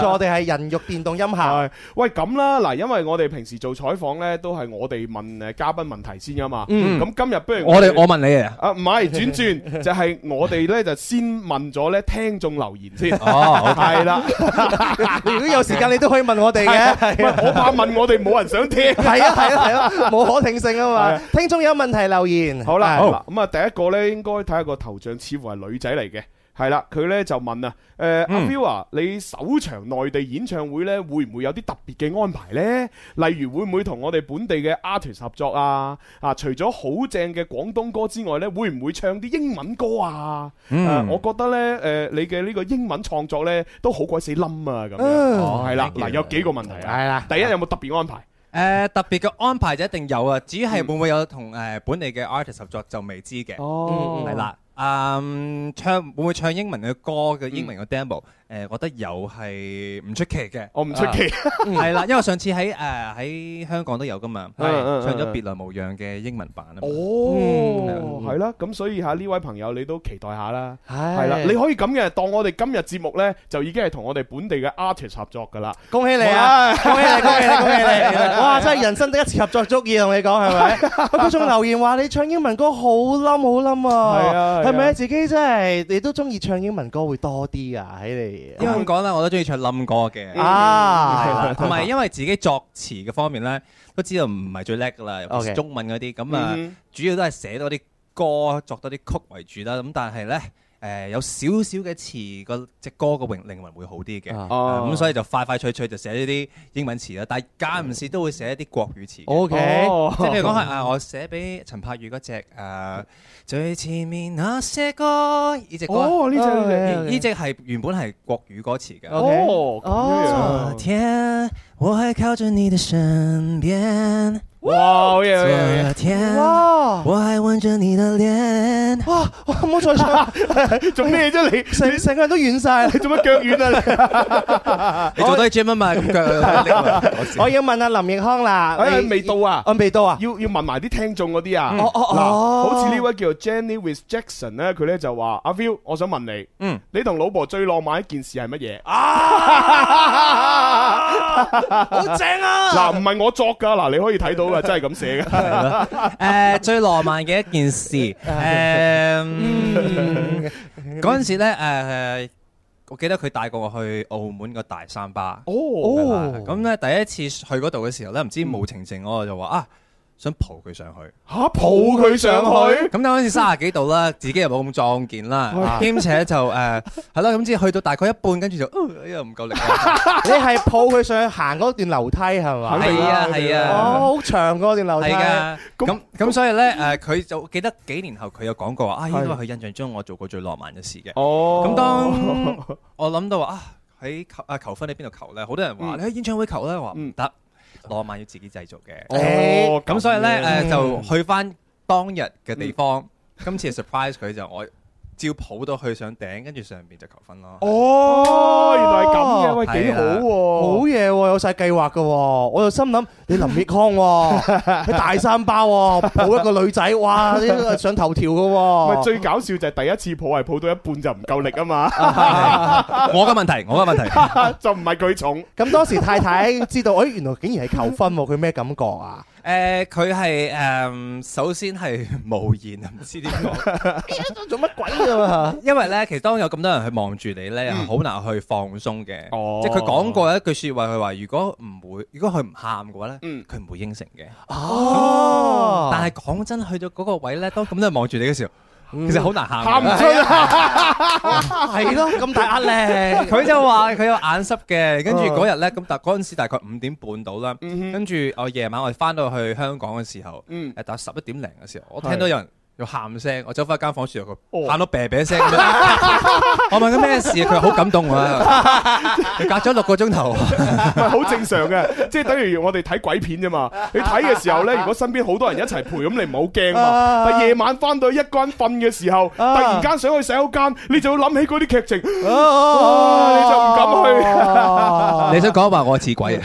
D: 錯，我哋係人肉電動音
C: 效。喂，咁啦，嗱，因為我哋平時做採訪咧，都係我哋問誒嘉賓問題先噶嘛。
L: 嗯
C: 咁今日不如
L: 我哋我問你啊
C: 啊，唔係轉轉，就係我哋咧就先問咗咧聽眾留言先。
L: 哦，
C: 係啦。
D: 如果有時間，你都可以問我哋
C: 係啊
D: 嘅。
C: 喂我怕問我哋冇人想聽。
D: 係啊係啊係啊，冇可聽性啊嘛。聽眾有問題留言。
C: 好
L: 哎
C: 啦，
D: 係
C: 嗱咁啊，第一個咧應該睇下個頭像，似乎係女仔嚟嘅。係啦，佢咧就問啊，誒阿
L: 嗯
C: Bill 啊，你首場內地演唱會咧，會唔會有啲特別嘅安排呢？例如會唔會同我哋本地嘅 artist 合作啊？啊，除咗好正嘅廣東歌之外咧，會唔會唱啲英文歌啊？誒
L: 嗯
C: 我覺得咧，誒、你嘅呢個英文創作咧都好鬼死冧啊咁樣。
L: 嗯
C: 哦係啦，
L: Thank you 哎
C: 嗱有幾個問題啊。
D: 係啦，
C: 第一有冇特別安排？
L: 誒特別嘅安排就一定有啊，至於係會唔會有同誒本地嘅 artist 合作就未知嘅。
C: 哦
L: 係嗯啦。嗯，唱會唔會唱英文嘅歌嘅英文嘅 demo？誒，我覺得有係唔出奇嘅。
C: 我唔出奇
L: 係啦，因為上次喺誒喺香港都有噶嘛，
C: 嗯嗯嗯
L: 唱咗別來無恙嘅英文版啊嘛。
D: 哦
C: 哦，係啦，咁所以嚇呢位朋友你都期待下啦，
D: 嗯唉
C: 係啦，你可以咁嘅，當我哋今日節目呢，就已經係同我哋本地嘅 artist 合作噶啦。
D: 恭喜你啊！
C: 哇
D: 恭喜你，恭喜你，恭喜你！哇，真係人生得一次合作足以，同你講係咪？喂觀眾留言話你唱英文歌好冧，好冧啊！
L: 係啊係啊
D: 係咪自己真係你都中意唱英文歌會多啲啊？喺你
L: 因為咁講啦，我都中意唱冧歌嘅。
D: 啊
L: 係啦同埋因為自己作詞嘅方面咧，都知道唔係最叻噶啦，尤其是
D: OK
L: 中文嗰啲咁啊
D: 嗯，
L: 主要都係寫多啲歌，作多啲曲為主啦。咁但係咧。誒有少少嘅詞個隻歌嘅靈靈魂會好啲嘅，啊
D: 哦
L: 咁所以就快快脆脆就寫呢啲英文詞啦，但係間唔時都會寫一啲國語詞嘅。
D: OK
L: 即係譬如講 係啊，我寫俾陳柏宇嗰只誒最前面那些歌呢只歌，
C: 哦呢隻呢隻
L: 呢呢隻係原本係國語歌詞嘅。
C: 哦，
L: 哦
C: 咁樣。
L: 天，我還靠着你的身邊。
C: 哇，好嘢，好嘢好
L: 昨
C: 嘢
L: 天，
D: 哇
L: 我還吻着你的臉。
D: 哇，哇唔好再唱，
C: 做咩啫你？
D: 成成個人都軟晒，你
C: 做乜腳軟 啊？
L: 你做多啲 gym 啊 嘛，咁腳
D: 我要問下林奕匡啦，
C: 哎
D: 你
C: 未到啊！
D: 我未到啊！
C: 要要問埋啲聽眾嗰啲啊！
D: 哦哦哦
C: 嗱，好似呢位叫做 Jenny with Jackson 咧，佢咧就話：阿 Phil，我想問你，
L: 嗯，
C: 你同老婆最浪漫一件事係乜 嘢？
D: 啊好正啊！
C: 嗱，唔係我作㗎，嗱，你可以睇到㗎，真係咁寫㗎。
L: 誒，最浪漫嘅一件嗯事，誒，嗰陣時咧，誒，我記得佢帶過我去澳門個大三巴。
C: 哦，
L: 咁咧第一次去嗰度嘅時候咧，唔知無情情我就話啊，想抱佢上去。
C: 吓抱佢上去
L: 咁但嗰陣時三十幾度啦，自己又冇咁壯健啦，兼且就誒係啦，咁之後去到大概一半，跟住就呃又唔夠力啦。
D: 你係抱佢上去行嗰段樓梯係嘛？
L: 肯定啦係啊係啊
D: 哦，好長嗰段樓梯。
L: 係㗎，咁咁所以咧誒，佢就記得幾年後佢有講過話啊，
D: 係
L: 因為佢印象中我做過最浪漫嘅事嘅。
C: 哦
L: 咁當我諗到話啊，喺求啊求婚喺邊度求咧？好多人話
J: 嗯
L: 你喺演唱會求咧，我話唔得，浪漫要自己製造嘅。
J: 哦
L: 咁所以咧
J: 咁樣
L: 誒就去翻當日嘅地方，今次係 surprise 佢就我。照抱到去上頂，跟住上邊就求婚咯。
C: 哦，原來係咁嘅，
D: 哦
C: 喂，
L: 啊
C: 幾好喎！
D: 好嘢喎，有晒計劃㗎喎。我就心諗你林 奕匡喎，你大三巴喎，抱一個女仔， 哇，呢個上頭條㗎
C: 咪
D: 喎。
C: 最搞笑就係第一次抱係抱到一半就唔夠力啊嘛！
L: 啊我嘅問題，我嘅問題
C: 就唔係佢重。
D: 咁當時太太知道，哎，原來竟然係求婚喎，佢咩感覺啊？
L: 誒，佢係誒，首先係無言，唔知點講。
D: 做乜鬼㗎嘛？
L: 因為咧，其實當有咁多人去望住你咧，好難去放鬆嘅。即係佢講過一句説話，佢話如果唔會，如果佢唔喊嘅話咧，佢唔會應承嘅。
D: 哦，
L: 但係講真，去到嗰個位咧，當咁多人望住你嘅時候，其實好難喊嘅。
D: 喊唔出
L: 係
D: 係咯，咁大壓力。
L: 佢就話佢有眼濕嘅，跟住嗰日咧，咁但嗰陣時大概五點半到啦，跟住我夜晚我哋翻到去香港嘅時候，誒大概十一點零嘅時候，我聽到有人有喊聲，我走翻間房住佢喊到啤啤聲咁樣， 我問佢咩事，佢話好感動啊，佢隔咗六個鐘頭，
C: 唔係好正常嘅， 即係等於我哋睇鬼片啫嘛。你睇嘅時候呢，如果身邊好多人一齊陪，咁你唔好驚嘛
D: 啊。
C: 但夜晚翻到一個人瞓嘅時候，突然間想去洗手間，你就會諗起嗰啲劇情，哇 你就唔敢
D: 哦
C: 去。
L: 你想講話我似鬼啊？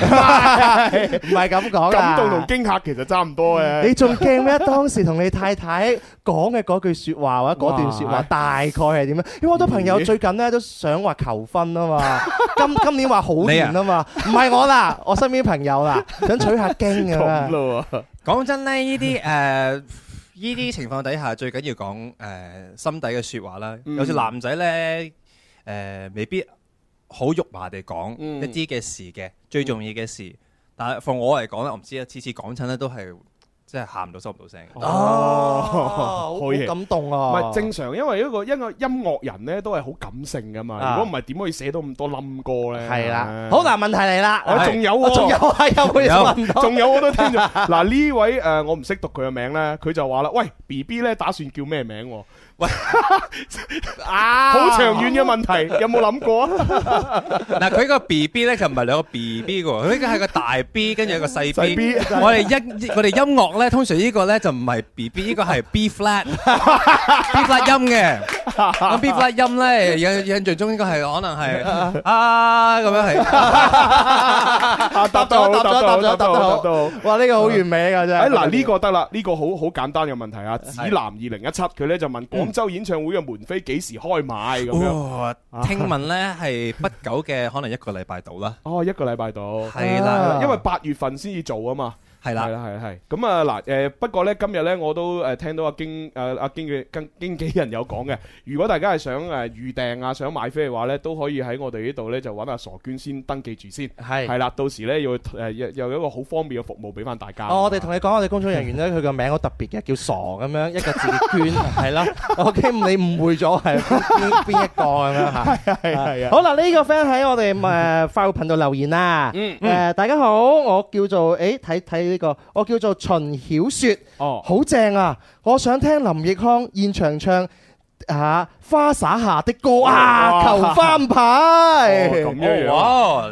D: 唔係咁講啊
C: 感動同驚嚇其實差唔多嘅。
D: 你仲驚咩？當時同你太太講嘅嗰句説話或者嗰段説
C: 哇
D: 話大概係點咧？因為我好多朋友
C: 咦
D: 最近咧都想話求婚 啊嘛，今今年話好年啊嘛，唔係我啦，我身邊朋友 啦，想取下經啊
C: 咁。咯喎，
L: 講真咧，呢啲誒呢啲情況底下，最緊要講誒、呃心底嘅説話啦。
J: 嗯
L: 有時男仔咧誒，未必好肉麻地講
J: 嗯
L: 一啲嘅事嘅，最重要嘅事。但係放我嚟講咧，我唔知啊，次次講親咧都係即係喊到收唔到
J: 哦
L: 聲。
D: 哦，好
C: 好嘢
D: 感動
C: 唔
D: 啊！
C: 係正常，因為一個一個音樂人呢都係好感性噶嘛。
D: 啊
C: 如果唔係點可以寫到咁多冧歌呢？
D: 係啦，好嗱，問題嚟啦，
C: 我哎仲有
D: 我
C: 喎，
D: 仲有啊，有冇嘢問到？
C: 仲有好多聽眾。嗱呢位誒，我唔識讀佢嘅名咧，佢就話啦：，喂，B B 咧打算叫咩名喎？
D: 啊
C: 好長遠嘅問題，有冇諗過啊？
L: 嗱，佢個 B B 咧就唔係兩個 B B 嘅喎，佢呢個係個大 B，跟住有個細
C: 細 B
L: B。我哋音我哋音樂咧，通常呢個咧就唔係 B B，呢個係 B flat，B flat 音嘅。咁 B flat 音咧，印印象中應該係可能係啊咁樣係。
C: 啊答到答到答到答到答到。
D: 哇，呢個好完美啊，真係。
C: 誒哎嗱，呢個得啦，呢個好好簡單嘅問題啊！指南二零一七佢咧就問廣州演唱會嘅門飛幾時開賣咁樣？
L: 哇！聽聞咧係不久嘅，可能一個禮拜到啦。
C: 哦，一個禮拜到。
L: 係啦
C: 因為八月份先至做啊嘛。
L: 係啦
C: 係啦，係啦，係。咁啊嗱，誒不過咧，今日咧我都誒聽到阿經誒阿經嘅經經紀人有講嘅，如果大家係想誒預訂啊，想買飛嘅話咧，都可以喺我哋呢度咧就揾阿傻娟先登記住先。
D: 係
C: 係啦，到時咧要誒又又有一個好方便嘅服務俾翻大家。
D: 哦，我哋同你講，我哋工作人員咧，佢個名好特別嘅，叫傻咁樣，一個字 娟，係啦。我驚你誤會咗係邊邊一個咁樣嚇。
C: 係啊係啊係啊。
D: 好啦，呢個 friend 喺我哋誒快活頻道留言啦。
C: 嗯
D: 誒，大家好，我叫做誒睇睇呢個，我叫做秦曉雪。
C: 哦，
D: 好正啊！我想聽林奕匡現場唱啊花灑下的歌啊，
C: 哇
D: 求翻牌。
C: 哦咁樣樣。
L: 哇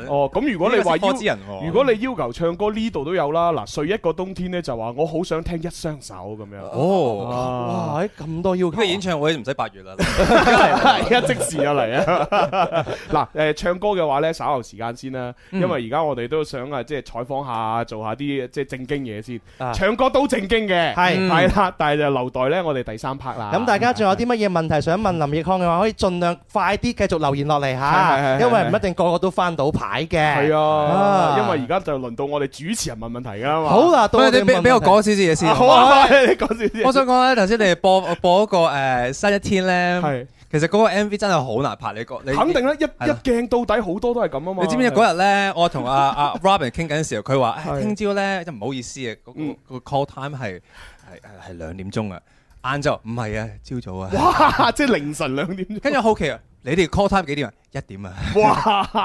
C: 哦，咁如果你話要
L: 呢個識歌之人喎
C: 如果你要求唱歌呢度都有啦。嗱，睡一個冬天咧就話我好想聽一雙手咁樣。啊
L: 哦
D: 哇！咁多要求啊
L: 咁，演唱會唔使八月啦。
C: 一即時就嚟啊！嗱，誒唱歌嘅話咧，稍後時間先啦，因為而家我哋都想啊，即係採訪下，做下啲即係正經嘢先。唱歌都正經嘅，
D: 係
C: 係啦，但係就留待咧我哋第三 part 啦。
D: 咁大家仲有啲乜嘢問題想問林奕匡嘅話，可以盡量快啲繼續留言落嚟嚇，
C: 係係係
D: 因為唔一定個個都翻到牌嘅。
C: 係啊，因為而家就輪到我哋主持人問問題㗎啦嘛。啊
D: 好啦到我哋
L: 喂你俾
D: 問
L: 俾我
D: 問題
L: 講少少嘢先。
C: 好啊，你講少啲。
L: 我想講咧，頭先你哋播播嗰個誒《新一天》咧，其實嗰個 MV 真係好難拍，你覺你
C: 肯定啦，一
L: 係
C: 一
L: 啦
C: 鏡到底好多都係咁啊嘛。
L: 你知唔知嗰日咧，我同阿阿 Robin 傾緊嘅時候，佢話：，唉
C: 係嗯
L: 聽朝咧，真唔好意思啊，嗰個個 call time 係係係係兩點鐘啊，晏晝唔係啊，朝早啊。
C: 哇！即係凌晨兩點。
L: 跟住好奇啊，你哋 call time 幾點啊？一點啊。
C: 哇！
D: 哦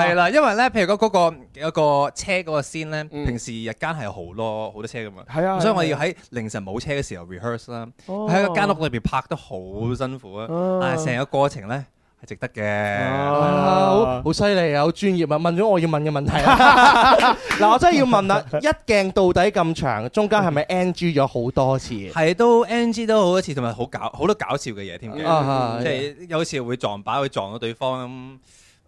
L: 係啦，因為咧，譬如嗰嗰個有個車嗰個先咧，
D: 嗯
L: 平時日間係好多好多車噶嘛，
C: 係啊
L: 所
C: 係
L: 以
C: 啊
L: 我要喺凌晨冇車嘅時候 rehearse 啦，
C: 哦
L: 喺個間屋裏邊拍得好辛苦啊
D: 哦，
L: 但係成個過程咧係值得嘅。
D: 好好犀利啊，好專業啊！問咗我要問嘅問題啊 嗱，我真係要問啦，一鏡到底咁長，中間係咪 NG 咗好多次？
L: 係都 NG 都好多次，同埋好搞好多搞笑嘅嘢添嘅，
D: 啊係
L: 即係有時會撞板，會撞到對方咁。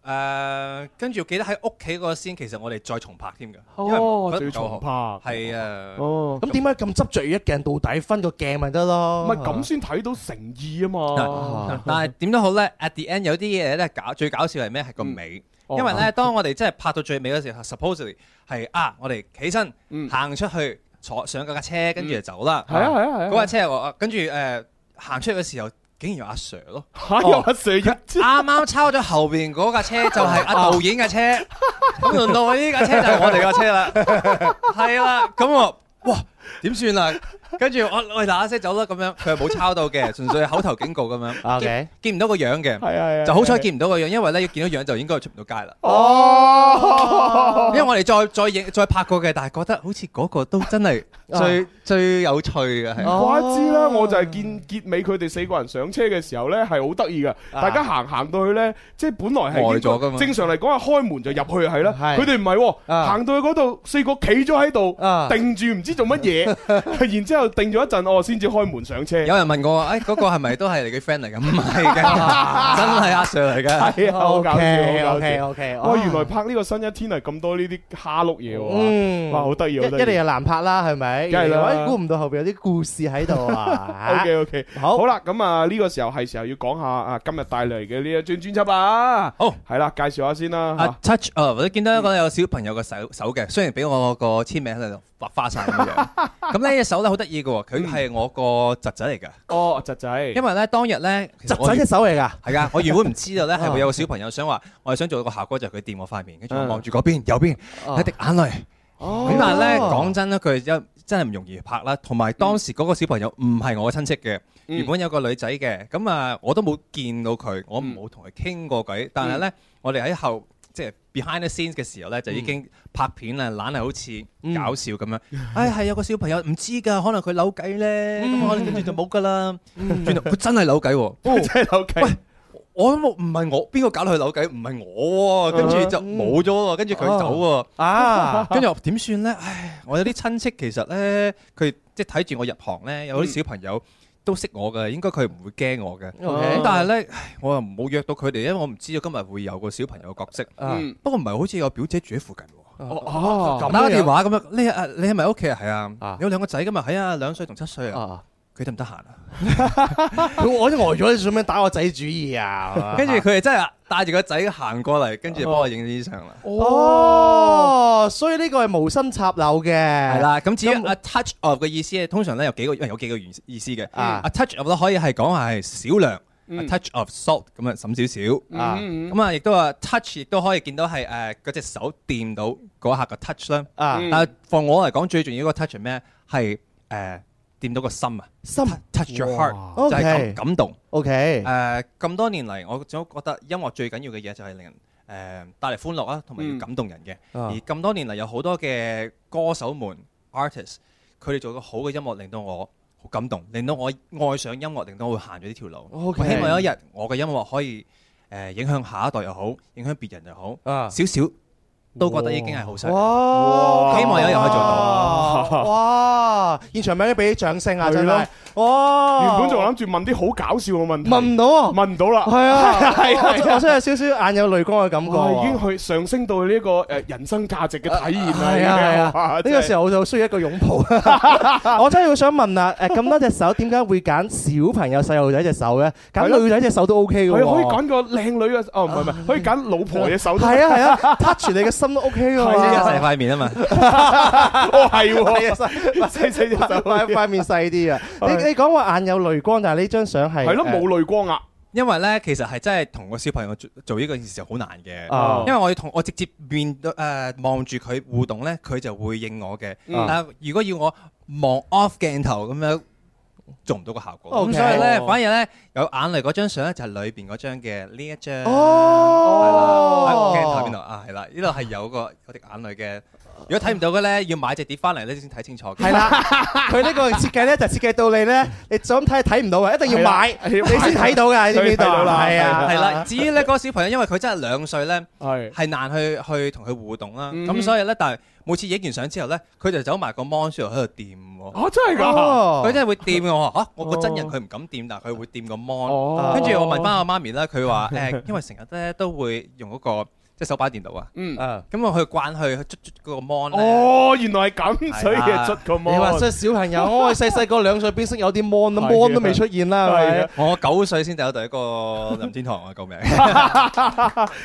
L: 誒，跟住記得喺屋企嗰個先，其實我哋再重拍添㗎， 因為
D: 哦
L: 覺得唔夠好
D: 仲要重
L: 係啊，
C: 哦，
D: 咁點解咁執着於一鏡到底分個鏡咪得
L: 哦
D: 咯？
C: 唔係咁先睇到誠意啊嘛。
L: 但 係點都好咧，at the end 有啲嘢咧搞最搞笑係咩？係個
C: 嗯
L: 尾，
C: 哦
L: 因為咧，當我哋真係拍到最尾嗰時候，supposedly 係啊，我哋起身行出去坐上架車，跟住就走啦。
C: 嗯係啊係啊係啊
L: 嗰架車我跟住誒行出去嘅時候，竟然有阿 Sir 咯，
C: 嚇有阿 Sir 入
L: 啱啱抄咗後邊嗰架車就係阿導演嘅車，咁輪到我呢架車就係我哋架車啦，係啦，咁我哇點算啊？跟住我我哋嗱嗱聲走啦，咁樣佢係冇抄到嘅，純粹係口頭警告咁樣
D: OK
L: 見，見唔到個樣
C: 係啊係啊
L: 嘅，就好彩見唔到個樣，因為咧一見到樣就應該出唔到街啦。
C: 哦
L: 因為我哋再再影再拍過嘅，但係覺得好似嗰個都真係最最有趣嘅係。
C: 唔怪之啦，我就係見結尾佢哋四個人上車嘅時候呢，係好得意噶。大家行行到去呢，即係本來係
L: 啊呆咗㗎嘛啊
C: 正常嚟講係開門就入去係啦，佢哋唔係喎，行到去嗰度四個企咗喺度，定住唔知做乜 嘢，然之後定咗一陣，我先至開門上車。
L: 有人問我話：，誒嗰個係咪都係你嘅 friend 嚟㗎？唔係嘅，真係阿 Sir 嚟嘅。
C: 係啊，好搞笑，好搞笑
D: OK，OK，
C: 哇，
D: 哦
C: 原來拍呢個新一天係咁多呢啲蝦碌嘢喎，
D: 嗯
C: 哇，好得意，
D: 一
C: 好得意
D: 一定係難拍啦，係咪？
C: 梗係啦
D: 我估唔到後邊有啲故事喺度啊
C: OK OK，好啦，咁啊呢個時候係時候要講下啊今日帶嚟嘅呢一張專輯啦。
L: 好，
C: 係啦，介紹下先啦。
L: 啊 touch 啊，或者見到一
D: 嗯
L: 個有小朋友嘅手手嘅，雖然俾我個簽名喺度畫花晒咁樣， 咁呢隻手咧好得意嘅喎，佢係我個侄仔嚟㗎。
C: 哦，侄仔，
L: 因為咧當日咧，侄
D: 嗯侄仔隻手嚟㗎，
L: 係㗎，我原本唔知道咧係會有個小朋友想話，我係想做一個效果就係佢掂我塊面，跟住我望住嗰邊右邊一滴眼淚。咁但係咧講真咧，佢真真係唔容易拍啦，同埋當時嗰個小朋友唔係我親戚嘅，
I: 嗯
L: 原本有個女仔嘅，咁啊我都冇見到佢，我冇同佢傾過偈，但係咧我哋喺後即係 behind the scenes 嘅時候咧，就已經拍片啦，懶係好似搞笑咁樣，唉係有個小朋友唔知㗎，可能佢扭計咧，咁可能跟住就冇㗎啦，轉頭佢真係扭計喎。
D: 哦
C: 真係扭計。
L: 喂我都冇，唔係我邊個搞到佢扭計？唔係我喎，跟住就冇咗喎，跟住佢走喎。
D: 啊
L: 跟住我點算呢？唉，我有啲親戚其實呢，佢即係睇住我入行呢，有啲小朋友都識我嘅，應該佢唔會驚我嘅。
I: OK
L: 咁但係呢，唉我又冇約到佢哋，因為我唔知道今日會有個小朋友嘅角色
I: 啊。
D: 嗯
L: 不過唔係好似有表姐住喺附近喎。
D: 啊
C: 哦
L: 打個電話咁樣，你啊你係咪喺屋企啊？係啊，有兩個仔噶嘛？係啊，兩歲同七歲啊。佢得唔得閒啊？
D: 佢我都呆咗，你做咩打我仔主意 啊？
L: 跟住佢哋真係帶住個仔行過嚟，跟住就幫我影呢啲相啦。
D: 哦，所以呢個係無心插柳嘅。係
L: 係啦，咁至於 a touch of 嘅意思咧，通常咧有幾個，因為有幾個原意思嘅。
D: 啊
L: a touch of 咧可以係講係少量
D: 嗯
L: ，a touch of salt 咁啊，滲少少。啊
D: 嗯
L: 咁啊，亦都話 touch 亦都可以見到係誒嗰隻手掂到嗰下個 touch 啦。
D: 啊
L: 但係放我嚟講，最重要嗰個 touch 係咩？係誒掂到個心啊，
D: 心
L: touch your heart，
D: 哇
L: 就係感
D: OK
L: 感動。
D: OK，
L: 誒咁多年嚟，我總覺得音樂最緊要嘅嘢就係令人誒帶嚟歡樂啦，同埋要感動人嘅。
D: 嗯啊
L: 而咁多年嚟，有好多嘅歌手們 artist，佢哋做個好嘅音樂，令到我好感動，令到我愛上音樂，令到我會行咗呢條路。
D: 哦 OK
L: 我希望有一日我嘅音樂可以誒影響下一代又好，影響別人又好，少少都覺得已經係好犀利。
D: 啊哇
L: 希望有一日可以做
D: 哇
L: 到。
D: 哇！現場咪俾啲掌聲啊，
C: 係
D: 真
C: 咯
D: 係。哇！
C: 原本仲諗住問啲好搞笑嘅問題，問
D: 唔到啊，
C: 問唔到啦。
D: 係啊，
C: 係啊
D: 我我真係少少眼有淚光嘅感覺
C: 哇，
D: 啊。
C: 已經去上升到呢一個誒人生價值嘅體驗啦。
D: 係啊係啊，呢個時
C: 候
D: 候我就需要一個擁抱。 我真係好想問啊，誒咁多隻手點解會揀小朋友細路仔隻手咧？
C: 係咯
D: 揀女仔隻手都 OK 嘅
C: 係
D: 喎。
C: 可以揀個靚女嘅，哦唔係唔係，可以揀老婆嘅手。
D: 係啊係啊，touch 你嘅心都 OK 嘅
L: 係
D: 喎。
L: 啊成塊面啊嘛，
C: 哦係
D: 係
C: 喎，
D: 啊
C: 細細隻 手
D: 塊塊面細啲啊！你你講話眼有淚光，但係呢張相係
C: 係咯冇淚光啊。
L: 因為咧，其實係真係同個小朋友做做呢個件事好難嘅，
O: 哦
L: 因為我要同我直接面對誒望住佢互動咧，佢就會應我嘅。
O: 嗯
L: 但係如果要我望 off 鏡頭咁樣，做唔到個效果。咁
O: OK
L: 所以咧，
O: 哦
L: 反而咧有眼淚嗰張相咧就係裏邊嗰張嘅呢一張。
O: 哦
L: 係啦，喺個鏡頭邊度啊，係啦，呢度係有個有滴眼淚嘅。如果睇唔到嘅咧，要買隻碟翻嚟咧先睇清楚。
D: 係啦，佢呢個設計咧就設計到你咧，你就咁睇係睇唔到嘅，一定要買你先睇到㗎，你知唔知道啊？係啊，
L: 係啦。至於咧嗰個小朋友，因為佢真係兩歲咧，係難去去同佢互動啦。
D: 嗯
L: 咁所以咧，但係每次影完相之後咧，佢就走埋個 mon 喺度掂喎。
C: 啊，真係㗎
L: 哦佢真係會掂我話嚇，我個真人佢唔敢掂，但係佢會掂個
D: 哦
L: mon。跟住我問翻我媽咪啦，佢話誒，因為成日咧都會用嗰個即係手擺電腦啊。
C: 嗯
L: 咁我去慣去捽捽嗰個 mon 咧。
C: 哦，原來係咁，所以就出個
D: 你話
C: mon
D: 即係小朋友，我哋細細個兩歲邊識有啲 mon 啊，mon 都未出現啦，係咪？
L: 我九歲先有第一個任天堂啊！ 救命！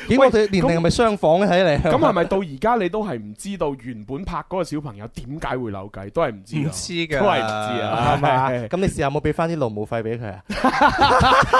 D: 咦，我哋年齡係咪相仿咧？睇嚟
C: 咁係咪到而家你都係唔知道原本拍嗰個小朋友點解會扭計，都係唔知啊㗎
D: 唔知㗎
C: 都係唔知啊，
D: 係嘛？咁你試下有冇俾翻啲勞務費俾佢啊？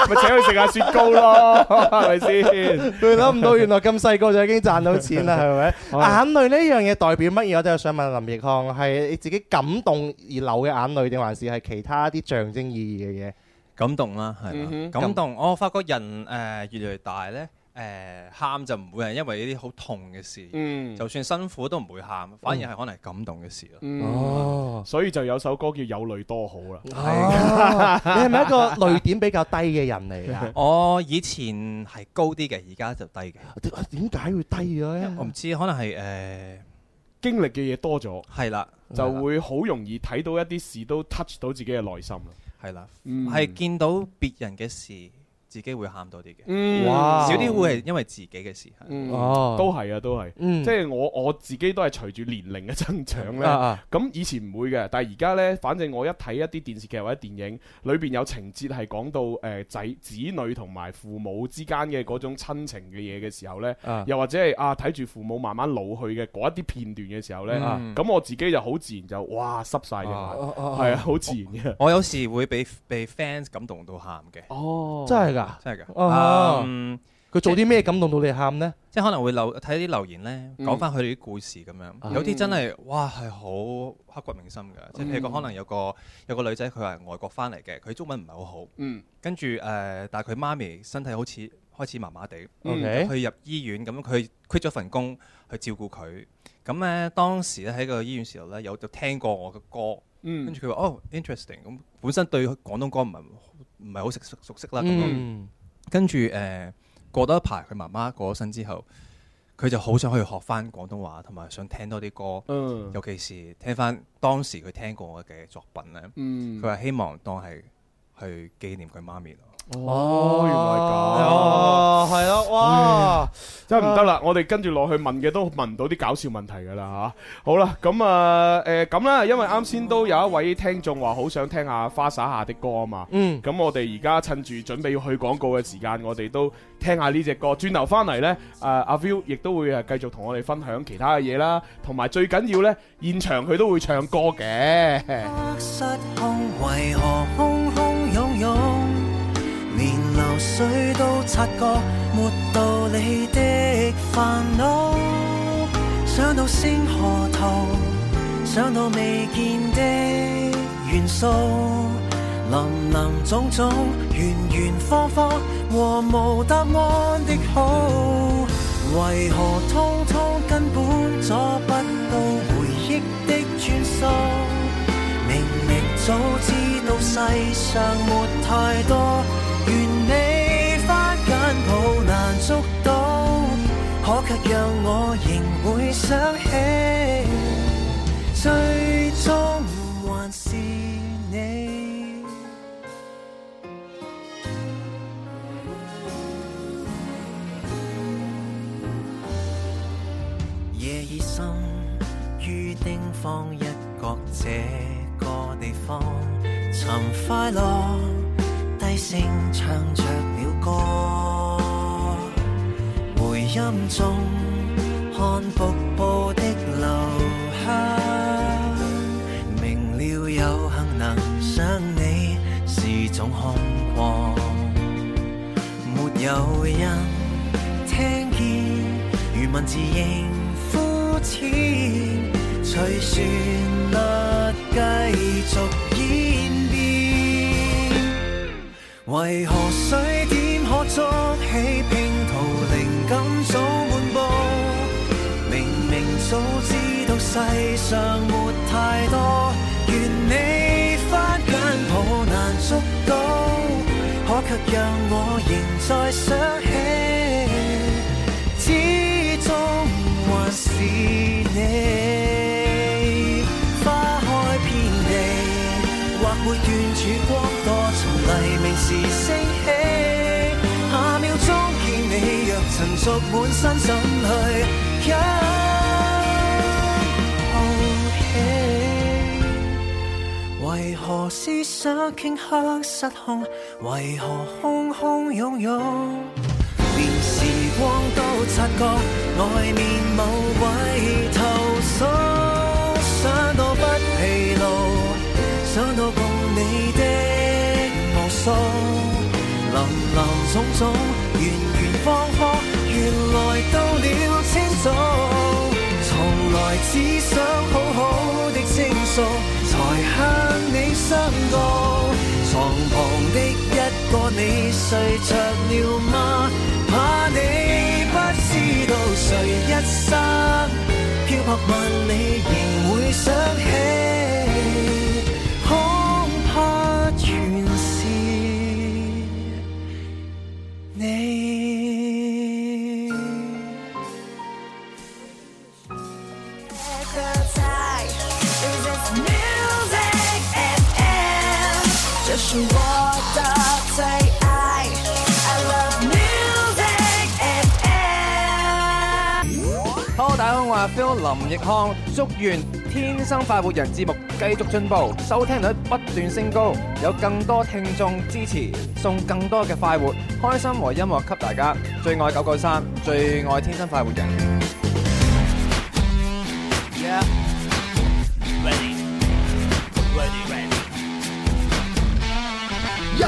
C: 咪請佢食下雪糕咯， 係咪先？
D: 佢諗唔到原來 咁細個就已經賺到錢啦，係咪？眼淚呢樣嘢代表乜嘢？我真係想問林奕匡，係你自己感動而流嘅眼淚，定還是係其他啲象徵意義嘅嘢？
L: 感動啦，係啦
D: 嗯哼
L: 感動。我發覺人誒、呃越嚟越大咧，誒、喊就唔會係因為呢啲好痛嘅事，
C: 嗯
L: 就算辛苦都唔會喊，反而係可能係感動嘅事咯。
C: 嗯哦，所以就有首歌叫《有淚多好》啦
D: 哦。 你係咪一個淚點比較低嘅人嚟啊 㗎？
L: 我哦以前係高啲嘅，而家就低嘅。
D: 點解會低咗
C: 嗯
D: 咧？
L: 我唔知，可能係誒、呃
C: 經歷嘅嘢多咗，
L: 係啦，
C: 就會好容易睇到一啲事都 touch 到自己嘅內心啦。
L: 係啦，
C: 嗯
L: 係、見到別人嘅事，自己會喊多啲嘅。
C: 嗯哇
L: 少啲會係因為自己嘅事。係
C: 嗯
L: 哦
C: 都係啊，都係，
L: 嗯
C: 即係我我自己都係隨住年齡嘅增長
L: 啊
C: 咧
L: 啊，
C: 咁以前唔會嘅，但係而家呢，反正我一睇一啲電視劇或者電影，裏邊有情節係講到誒仔子女同埋父母之間嘅嗰種親情嘅嘢嘅時候呢，
O: 啊
C: 又或者係啊睇住父母慢慢老去嘅嗰一啲片段嘅時候呢啊
L: 嗯，
C: 咁我自己就好自然就哇濕晒隻眼，
L: 哦哦哦
C: 係啊，好自然嘅。
L: 我有時會被被 fans 感動到喊嘅。
C: 哦
D: 真係㗎，
L: 真係㗎
D: 啊
L: 嗯
D: 佢做啲咩感動到你喊呢？
L: 即係可能會留睇啲留言咧，
D: 嗯
L: 講翻佢哋啲故事咁樣，
D: 啊嗯
L: 有啲真係哇係好刻骨銘心嘅，即係譬如講可能有個有個女仔佢係外國翻嚟嘅，佢中文唔係好好，
C: 嗯
L: 跟住誒，呃但係佢媽咪身體好似開始麻麻地，
D: 嗯
L: 咁佢入醫院咁，佢 quit 咗份工去照顧佢，咁咧當時咧喺個醫院時候咧有就聽過我嘅歌，
C: 嗯
L: 跟住佢話哦 interesting 咁，本身對廣東歌唔係唔係好熟熟熟悉啦咁樣。
D: 嗯
L: 跟住誒、呃、過多一排，佢媽媽過咗身之後，佢就好想去學翻廣東話，同埋想聽多啲歌，
C: 嗯
L: 尤其是聽翻當時佢聽過嘅作品咧。
C: 嗯
L: 佢話、希望當係去紀念佢媽咪咯。
C: 哦，原來咁，
D: 哦係咯哇
C: 唉，真係唔得啦！我哋跟住落去問嘅都問唔到啲搞笑問題噶啦吓。好啦，咁啊誒咁啦，因為啱先都有一位聽眾話好想聽下花灑下的歌啊嘛。
D: 嗯，
C: 咁我哋而家趁住準備要去廣告嘅時間，我哋都聽下呢只歌。轉頭翻嚟呢，誒阿 View 亦都會誒繼續同我哋分享其他嘅嘢啦，同埋最緊要呢，現場佢都會唱歌嘅。
B: 得失控，為何洶洶湧湧？連流水都察覺沒道理的煩惱。想到星河圖，想到未見的元素，林林種種，圓圓方方和無答案的好。為何通通根本阻不到回憶的轉數？明明早知道世上沒太多完美花簡譜難捉到，可卻讓我仍會想起，最終還是你。夜已深，於丁方一角這個地方，尋快樂，低聲唱着了歌。回音中，看瀑布的流向，明了有幸能想你是種空曠。
L: 有人聽見，如文字仍膚淺，隨旋律繼續演變。為何水點可築起拼圖，靈感早滿布？明明早知道世上沒太多完美番簡譜難捉到，可卻讓我仍在想起，始終還是你。花開遍地，或會願曙光多從黎明時升起。下秒鐘見你，若塵俗滿身怎去一抱起？為何思想頃刻失控？為何空空湧湧？連時光都察覺，外面無謂投訴。想到不疲勞，想到共你的無數，林林總總，圓圓方方，原來到了清早。從來只想好好的傾訴，才向你相告。床旁的一個你睡着了嗎？怕你不知道，誰一生漂泊萬里，仍會想起。恐怕全是你。这是我的最爱，I love music FM。
P: Hello，大家好，我係 Phil 林奕康，祝願《天生快活人》節目繼續進步，收聽率不斷升高，有更多聽眾支持，送更多嘅快活、開心和音樂給大家。最愛九九三，最愛《天生快活人》。
Q: 又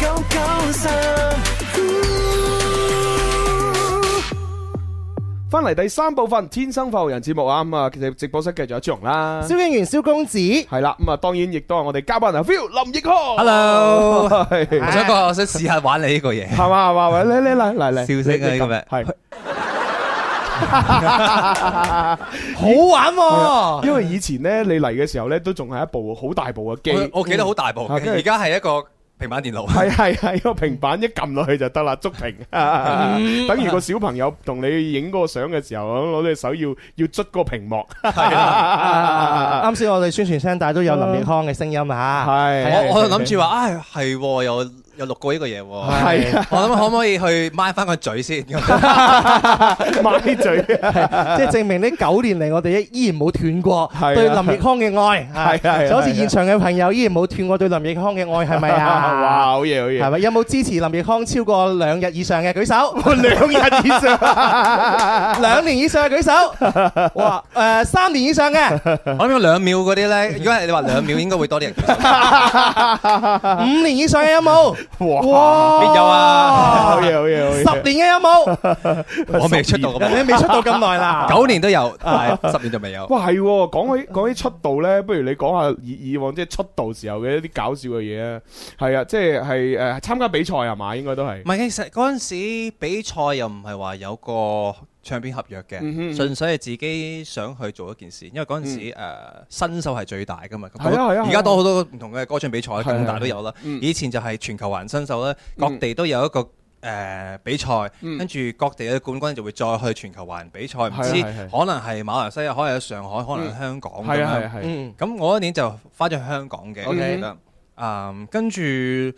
L: 九九三。
C: 翻嚟第三部分《天生發育人》節目啊，咁啊，其實直播室繼續有朱紅啦，
D: 嗯蕭敬元、蕭公子，
C: 係啦，咁啊，當然亦都係我哋嘉賓啊，Phil 林奕康
R: Hello，
C: 係
R: 我想講，我想試下玩你呢個嘢，
C: 係嘛係嘛，喂，嚟嚟嚟嚟嚟，
R: 笑聲啊呢
C: 你
R: 個咪
C: 係。
D: 好玩
C: 係
D: 喎
C: 啊！ 因為以前咧，你嚟嘅時候咧，都仲係一部好大部嘅機
R: 我，我記得好大部，
C: 啊跟住
R: 而家係一個平板電腦。
C: 係係係個平板一撳落去就得啦，觸 屏，
D: Ừ.
R: 嗯
C: 等於個小朋友同你影嗰個相嘅時候，攞隻手要要捽個屏 幕。啊
D: 啱先我哋宣傳聲帶都有林奕康嘅聲音 啊，
C: 係
R: 我我就諗住話，唉，係喎有有錄過呢個嘢喎，
D: 係啊
R: 我諗可唔可以去掹翻個嘴先？
C: 買嘴，即
D: 係證明呢九年嚟我哋依然冇斷過
R: 啊
D: 對林奕康嘅愛，啊
R: 係啊係啊
D: 就好似現場嘅朋友依然冇斷過對林奕康嘅愛，係咪啊？
C: 哇，好嘢好嘢，
D: 係咪有冇支持林奕康超過兩日以上嘅舉手？
C: 兩日以上，
D: 兩年以上嘅舉手。哇！誒，三年以上嘅，
R: 我諗有兩秒嗰啲咧，如果係你話兩秒，應該會多啲人。
D: 五年以上嘅有冇？
R: 邊有啊？
C: 好嘢好嘢好嘢！
D: 十年嘅有冇？
R: 我未出道咁耐，
D: 你未出道咁耐 啦
R: 九年都有，但係十年就未有。
C: 哇，係喎講起講起出道咧，不如你講下以以往即係出道時候嘅一啲搞笑嘅嘢啊。係啊，即係係誒參加比賽係嘛？應該都係
R: 唔。係，其實嗰陣時比賽又唔係話有個唱片合約嘅，
C: 嗯哼
R: 純粹係自己想去做一件事。因為嗰陣時誒、呃新手係最大噶嘛，咁
C: 嗯係啊係啊
R: 而
C: 係
R: 家
C: 啊
R: 多好多唔同嘅歌唱比賽，
C: 係
R: 咁大都有啦。
C: 嗯
R: 以前就係全球環新手啦，各地都有一個誒、呃比賽，
C: 嗯
R: 跟住各地嘅冠軍就會再去全球環比賽，唔
C: 係啊
R: 知
C: 係啊
R: 可能係馬來西亞，可能係上海，可能
C: 嗯
R: 係香港咁
C: 係啊係
L: 嗯
C: 啊係啊
R: 樣。咁我嗰年就翻咗香港嘅，
C: OK
R: 我記得。嗯，跟住
L: 去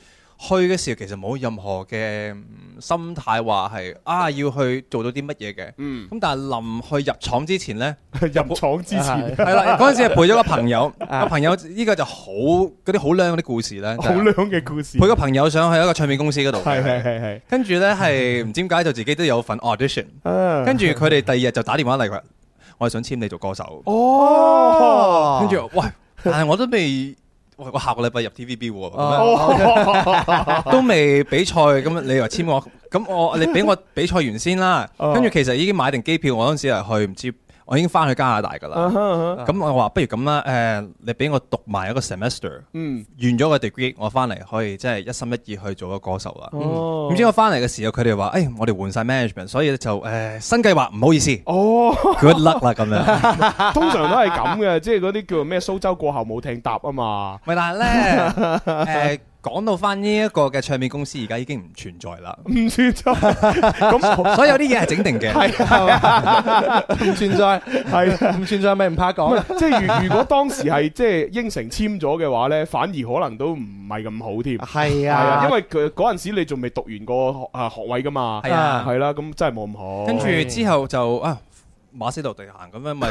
L: 嘅時候其實冇任何嘅嗯心態話係啊要去做到啲乜嘢嘅。
C: 嗯
L: 咁但係臨去入廠之 前呢，
C: 入廠之前
L: 係啦，嗰陣時係陪咗個朋友，個朋友呢個就好嗰啲好靚嗰啲故事呢，就係
C: 啊 好靚嘅故事
L: 陪個朋友上去一個唱片公司嗰度，
C: 係係係係
L: 跟住呢，係唔知點解就自己都有份 audition，
C: 啊
L: 跟住佢哋第二日就打電話嚟佢話，我係想簽你做歌手。
C: 哦
L: 跟住喂，啊但係我都未。喂我下個禮拜入 TVB 喎，咁
C: 哦
L: 樣都未比賽，咁你又簽我，咁我你俾我比賽完先啦。
C: 哦
L: 跟住其實已經買定機票，我嗰陣時係去唔知，我已經翻去加拿大㗎
C: 啊哈啊
L: 啦。
C: 哈
L: 咁我話不如咁啦，誒你俾我讀埋一個 semester，
C: 嗯
L: 完咗個 degree，我翻嚟可以即係一心一意去做個歌手啦。
C: 哦
L: 點知我翻嚟嘅時候，佢哋話：，誒我哋換晒 management，所以咧就誒新計劃，唔好意思
C: 哦
L: ，good luck 啦咁樣。
C: 通常都係咁嘅，即係嗰啲叫咩蘇州過後冇艇搭啊 嘛。
L: 咪但係咧，誒講到翻呢一個嘅唱片公司，而家已經唔存在啦。
C: 唔存 在，咁啊
L: 所以有啲嘢係整定嘅。
D: 唔存在，
C: 係
D: 唔存在咪唔怕講啦。
C: 即係如如果當時係即係應承簽咗嘅話呢，反而可能都唔係咁好添。
D: 係啊
C: 因為佢嗰陣時你仲未讀完個學啊學位噶嘛。
L: 係啊
C: 係啦，咁真係冇咁好。
L: 跟住之後就啊馬死落地行咁樣，咪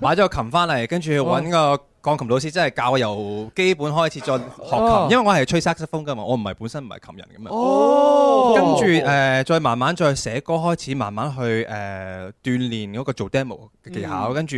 L: 買咗個琴翻嚟，跟住揾個鋼琴老師，真係教我由基本開始再學
I: 哦
L: 琴，因為我係吹薩克斯風噶嘛，我唔係本身唔係琴人咁樣。
I: 哦
L: 跟住誒再慢慢再寫歌，開始慢慢去誒鍛鍊嗰個做 demo 嘅技巧，
D: 嗯
L: 跟住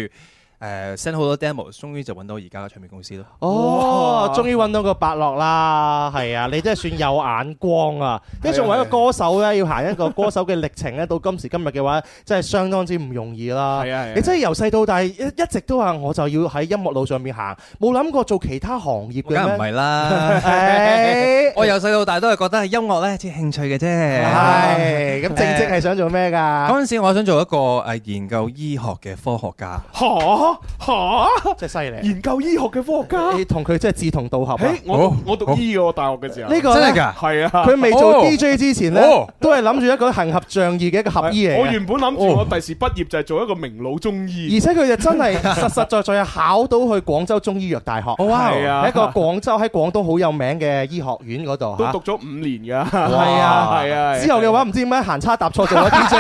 L: 誒 send 好多 demo，終於就揾到而家嘅唱片公司咯。
D: 哦，終於揾到個伯樂啦，係啊，你真係算有眼光啊！因為作為一個歌手咧，要行一個歌手嘅歷程咧，到今時今日嘅話，真係相當之唔容易啦。
C: 係啊係啊
D: 你真係由細到大一一直都話我就要喺音樂路上面行，冇諗過做其他行業嘅
L: 梗
D: 咩？
L: 唔係啦
D: 唉，
L: 我由細到大都係覺得係音樂咧，只係興趣嘅啫。
D: 係咁正職係
L: 誒
D: 想做咩
C: 哦
D: 㗎？
L: 嗰陣時，我想做一個誒研究醫學嘅科學家。
C: 嚇嚇，
D: 真係犀利！
C: 研究醫學嘅科學家，
D: 你同佢真係志同道合啊！
C: 我讀我讀醫嘅，我大學嘅時候。
L: 哦
D: 呢個呢真係㗎
C: 係啊。
D: 佢未做 DJ 之前呢
C: 哦，
D: 都係諗住一個行俠仗義嘅一個合醫嚟嘅。
C: 我原本諗住我第時畢業就係做一個名老中醫，
D: 而且佢就真係 實實在在考到去廣州中醫藥大學，
C: 哇係啊
D: 一個廣州喺廣東好有名嘅醫學院嗰度
C: 都
D: 嚇
C: 讀咗五年㗎。
D: 係啊，
C: 係啊。
D: 之後嘅話唔知點解行差踏錯做咗 DJ，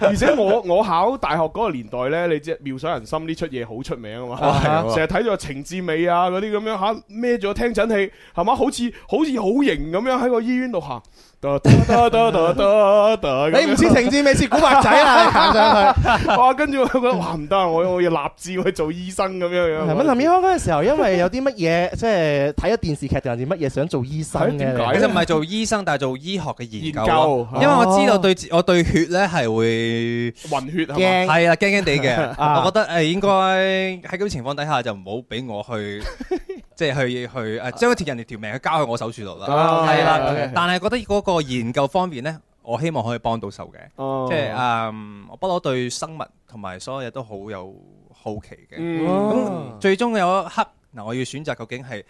C: 而且我我考大學嗰個年代呢，你知妙想人心呢出嘢好出名啊
D: 哦係啊
C: 嘛，成日睇咗程志美啊嗰啲咁樣吓孭咗聽診器係嘛，好似好似好型咁樣喺個醫院度行。得得得得得得得咁樣
D: 你唔似程志美似古惑仔啊 你行上
C: 去哇！跟住我覺得哇唔得啊，我我要立志去做醫生咁樣
D: 係
C: 樣。
D: 咪林奕匡嗰陣時候，因為有啲乜 嘢即係睇咗電視劇定係乜嘢想做醫生嘅？
L: 其實唔係做醫生，但係做醫學嘅研究
D: 研究啊
L: 咯。因為我知道對自我對血咧係會
C: 暈血
D: 係嘛
L: 係啊驚驚地嘅。
D: 啊
L: 我覺得誒呃應該喺咁嘅情況底下就唔好俾 我去。即係去去誒，將一條人哋條命交去我手處度
C: 啊
L: 啦，
D: 啊
I: 哦
L: 係啦
I: OK，OK。
L: 但係覺得嗰個研究方面呢，我希望可以幫到手嘅。
C: 哦
L: 即係啊誒，我不嬲對生物同埋所有嘢都好有好奇嘅。
I: 嗯
L: 咁最終有一刻，嗱，我要選擇究竟係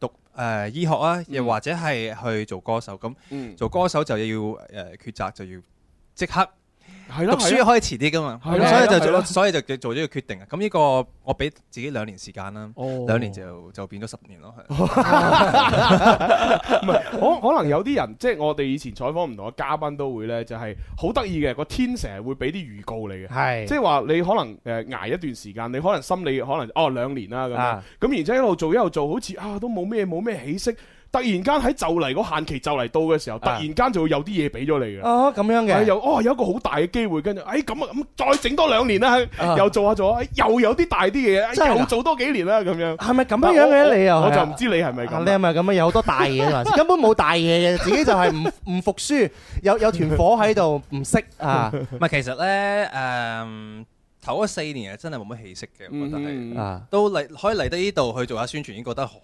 L: 讀誒醫學啊，又或者係去做歌手。
C: 嗯
L: 咁做歌手就要誒抉擇，就要即刻。
C: 係
I: 啦
L: 讀書
I: 係啦
L: 可以遲啲噶嘛，
I: 係啦
L: 咁所以
I: 係啦
L: 就
I: 係啦
L: 做，所以就做咗個決定啊。咁呢個我俾自己兩年時間啦
C: 哦，
L: 兩年就就變咗十年咯。係
C: 唔係，可可能有啲人即係我哋以前採訪唔同嘅嘉賓都會呢，就係好得意嘅個天成日會俾啲預告你嘅，
D: 係
C: 即係話你可能誒呃捱一段時間，你可能心理可能哦兩年啦咁樣
D: 啊，
C: 咁然之後一路做一路做，好似啊都冇咩冇咩起色，突然間喺就嚟嗰限期就嚟到嘅時候，突然間就會有啲嘢俾咗你嘅。
D: 哦咁樣
C: 係
D: 啊嘅，
C: 有哦有一個好大嘅機會，跟住誒咁啊咁再整多兩年啦，又做下做下，哎又有啲大啲嘅嘢哎
D: 啊真係㗎，
C: 又做多幾年啦咁樣。
D: 係咪咁樣樣嘅你又係啊
C: 我就唔知你係咪
D: 啊
C: 咁。
D: 你係咪咁樣有好多大嘢啊？ 根本冇大嘢嘅，自己就係唔唔 服輸，有有團火喺度唔識 啊！
L: 唔係，其實咧，誒頭嗰四年啊係真係冇乜氣息嘅，我覺得
C: 嗯
L: 係
D: 啊。
L: 都嚟可以嚟到呢度去做下宣傳，已經覺得好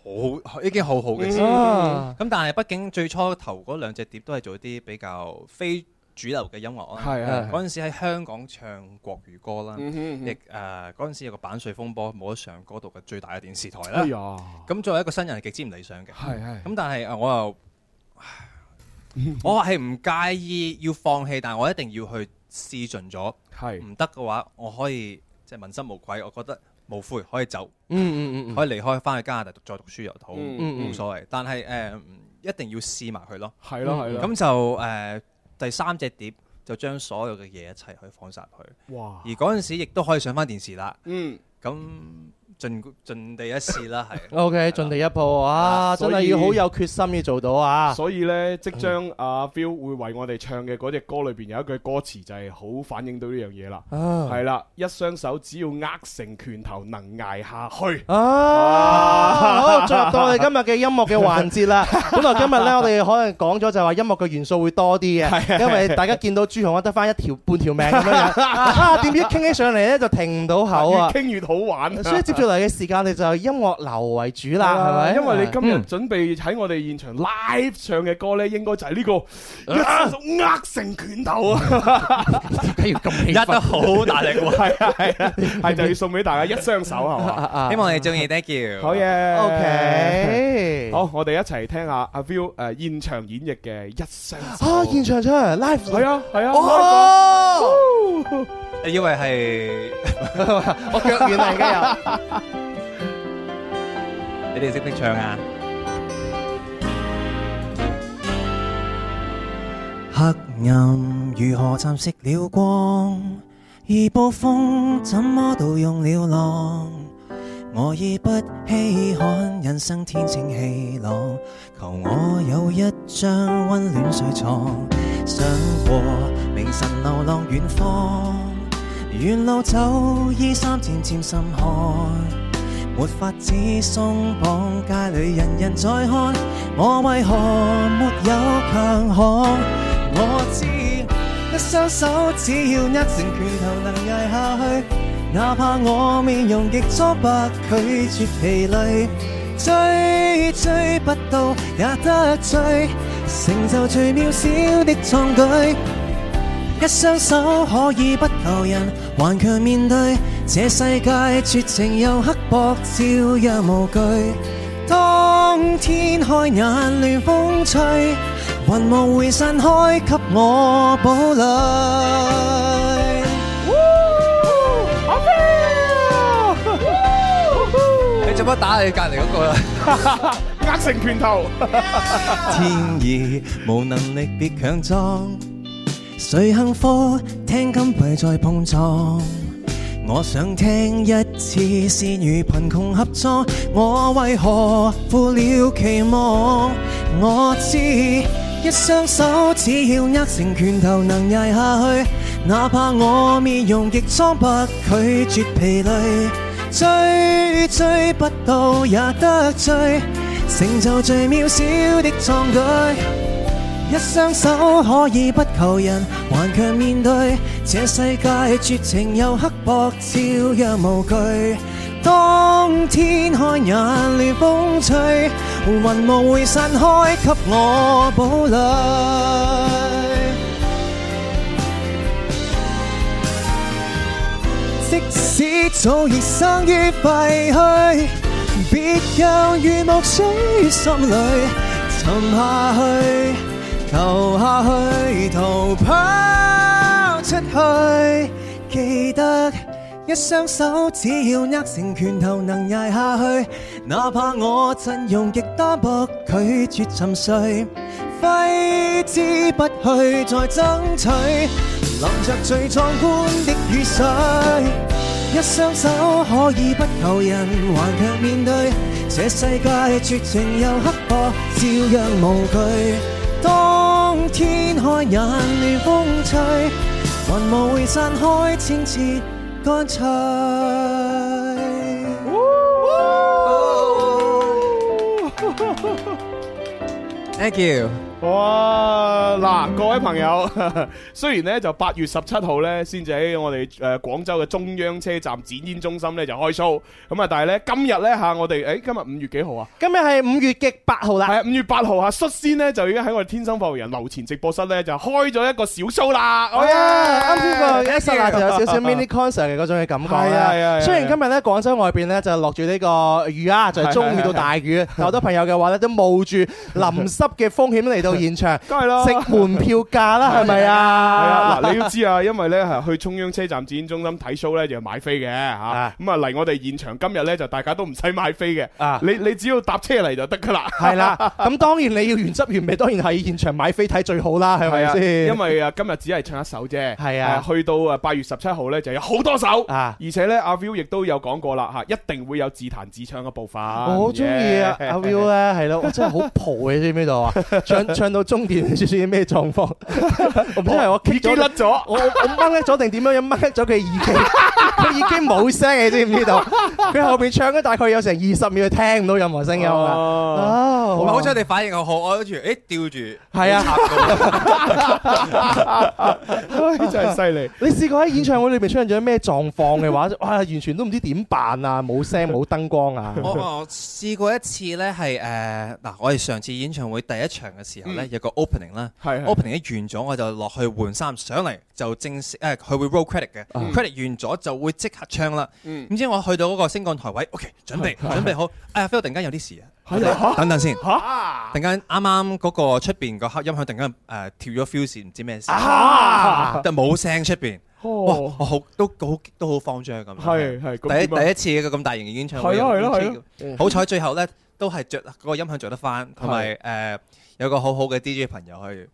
L: 已經好好嘅事。
D: 嗯
L: 咁但係畢竟最初頭嗰兩隻碟都係做啲比較非主流嘅音樂啦。
I: 係係係
L: 嗰陣時喺香港唱國語歌啦，
I: 嗯哼嗯哼
L: 亦誒嗰陣時有個版稅風波冇得上嗰度嘅最大嘅電視台
I: 哎
L: 啦
I: 呀。
L: 咁作為一個新人係極之唔理想嘅。
C: 哎
I: 係係
D: 嗯
L: 咁但係啊誒我 又。我係唔介意要放棄，但係我一定要去試盡咗。
D: 嗯
C: 係
L: 唔得嘅話，我可以即係問心無愧，我覺得無悔可以走，
D: 嗯嗯嗯嗯
L: 可以離開翻去加拿大讀再讀書又好，冇、
D: 嗯嗯嗯
L: 所謂。但係誒、呃一定要試埋佢咯。
C: 係
D: 嗯
C: 咯係咯
L: 咁就誒第三隻碟就將所有嘅嘢一齊去放晒佢。
C: 哇
L: 而嗰陣時亦都可以上翻電視啦。
C: 嗯。
L: 咁盡盡地一試 啦，係。
D: O K，盡地一步啊，真
C: 所以
D: 係要好有決心要做到啊！
C: 所以呢，即將
D: 嗯
C: 阿 Phil 會為我哋唱嘅嗰只歌裏邊有一句歌詞就係好反映到呢樣嘢啦，
D: 啊
C: 係啦，一雙手只要握成拳頭，能捱下去。
D: 啊，好，進入到我哋今日嘅音樂嘅環 節啦。本來今日呢，我哋可能講咗就話音樂嘅元素會多啲嘅，因為大家見到朱紅啊得翻一條半條命咁樣樣 啊，點知傾起上嚟呢，就停唔到口啊！
C: 越傾越好玩。
D: 所以接住嚟嘅時間，我哋就音樂流為主啦，係咪？
C: 啊因為你今日
D: 嗯
C: 準備喺我哋現場 live 唱嘅歌呢，應該就係呢
D: 啊
C: 個一雙手握成拳頭 啊！
L: 壓得好大力喎，
C: 係啊係啊，係就要送俾大家一雙手係
D: 啊
C: 嘛？
L: 希望你中意，thank you。
C: 好嘢
D: 嗯 OK
C: 好，我哋一齊聽下阿 Phil 誒現場演繹嘅一雙手。
D: 啊，現場唱 live
C: 係啊係啊
D: 哦，
L: 你以為 係
D: 我腳軟嚟嘅又。
L: 你哋識唔識唱啊？
B: 黑暗如何暫熄了光？而暴風怎麼盜用了浪？我已不稀罕人生天清氣朗，求我有一張溫暖睡床。想過明晨流浪遠方，沿路走衣衫漸漸滲汗。沒法子鬆綁，街裏人人在看，我為何沒有強項？我知一雙手只要握成拳頭能捱下去，哪怕我面容極蒼白，拒絕疲累，追追不到也得追，成就最渺小的壯舉。一雙手可以不求人，頑強面對這世界，絕情又刻薄，照樣無懼。當天開眼，亂風吹，雲霧會散開，給我堡壘。
L: 你做乜打你隔離嗰個啊？
C: 握成拳頭。
B: 天意無能力別強壯，誰幸福聽金幣在碰撞。我想聽一次善與貧窮合作，我為何負了期望？我知一雙手只要握成拳頭能捱下去，哪怕我面容極蒼白，拒絕疲累，追追不到也得追，成就最渺小的壯舉。一雙手可以不求人，頑強面對這世界，絕情又刻薄，照樣無懼。當天開眼，亂風吹，雲霧會散開，給我堡壘。即使早已生於廢墟，別讓雨墨水心裏沉下去，投下去，逃跑出去。記得一雙手只要握成拳頭，能捱下去。哪怕我陣容極單薄，拒絕沉睡，揮之不去，再爭取。淋着最壯觀的雨水，一雙手可以不求人，頑強面對這世界，絕情又刻薄，照樣無懼。當天開眼，亂風吹，雲霧會散開，清澈乾脆。
L: Thank you。
C: 哇！嗱，各位朋友， 雖然咧就八月十七號咧先至喺我哋誒廣州嘅中央車站展演中心咧就開 show，咁啊，但係咧今日咧嚇我哋誒今日五月幾號啊？
D: 今日係五月嘅八號啦，
C: 係啊，五月八號啊，率先咧就已經喺我哋天生發育人樓前直播室咧就開咗一個小 show 啦。好
D: 哎啱先
C: 哎
D: 個一剎那就有少 少 mini concert 嘅嗰種嘅感覺
C: 係啊係啊係
D: 啦。
C: 啊
D: 雖然今日咧廣州外邊咧就落住呢個雨啊，就係中雨到大雨，有好多朋友嘅話咧都冒住淋濕嘅風險嚟到到 現場，
C: 梗係啦
D: 食啊門票價啦，係咪
C: 哦係
D: 啊？
C: 啊，嗱，你要知啊，因為咧係去中央車站展演中心睇 show 咧就要買飛嘅嚇，咁啊嚟我哋現場今日咧就大家都唔使買飛嘅，你你只要搭車嚟就得噶啦。
D: 啊係啦，咁當然你要原汁原味，當然係現場買飛睇最好啦，係
C: 係
D: 咪
C: 啊，
D: 先？
C: 因為啊今日只係唱一首啫，
D: 係啊
C: 去到啊八月十七號咧就有好多首，而且咧阿 Will 亦都有講過啦嚇，一定會有自彈自唱嘅部分。
D: 我好中意啊，
C: Yeah
D: 阿 Will 咧，係咯，我真係好蒲嘅，你知唔知道啊？唱唱到終點，你知唔知咩狀 況？我唔知係我
C: 耳機甩咗
D: 我我我掹甩咗定點樣樣掹甩咗佢耳機， 佢已經冇聲，你知唔知道？佢後邊唱咗大概有成二十秒，聽唔到任何聲音啊！哦
L: 好彩你反應又好，我跟住誒吊住，
D: 係啊啊
C: 真係犀利！
D: 你試過喺演唱會裏面出現咗咩狀況嘅話， 哇，完全都唔知點辦啊！冇聲，冇燈光 啊！
L: 我我試過一次咧，係誒嗱，我哋上次演唱會第一場嘅時候咧
D: 嗯，
L: 有個 opening 啦
J: 嗯
C: 係係
L: ，opening 一完咗，我就落去換衫上嚟，就正式誒，佢會 roll credit 嘅
J: 嗯
L: ，credit 完咗就會即刻唱啦。
J: 嗯
L: 點知我去到嗰個升降台位，OK，準備
J: 係係
L: 準備好，誒 Phil 突然間有啲事啊
J: 係啊，
L: 等等先，
C: 突
L: 然間啱啱嗰個出邊個黑音響突然間誒跳咗 fuse，唔知咩事，
C: 啊
L: 但冇聲出邊。哇！
C: 哦
L: 我好都好都好慌張咁樣。
C: 係係咁
L: 第一
C: 點啊
L: 第一次嘅咁大型嘅演唱會。
C: 係啊咯係咯係咯
L: 嗯好彩最後咧都係着嗰個音響着得翻，同埋誒有個好好嘅 DJ 朋友去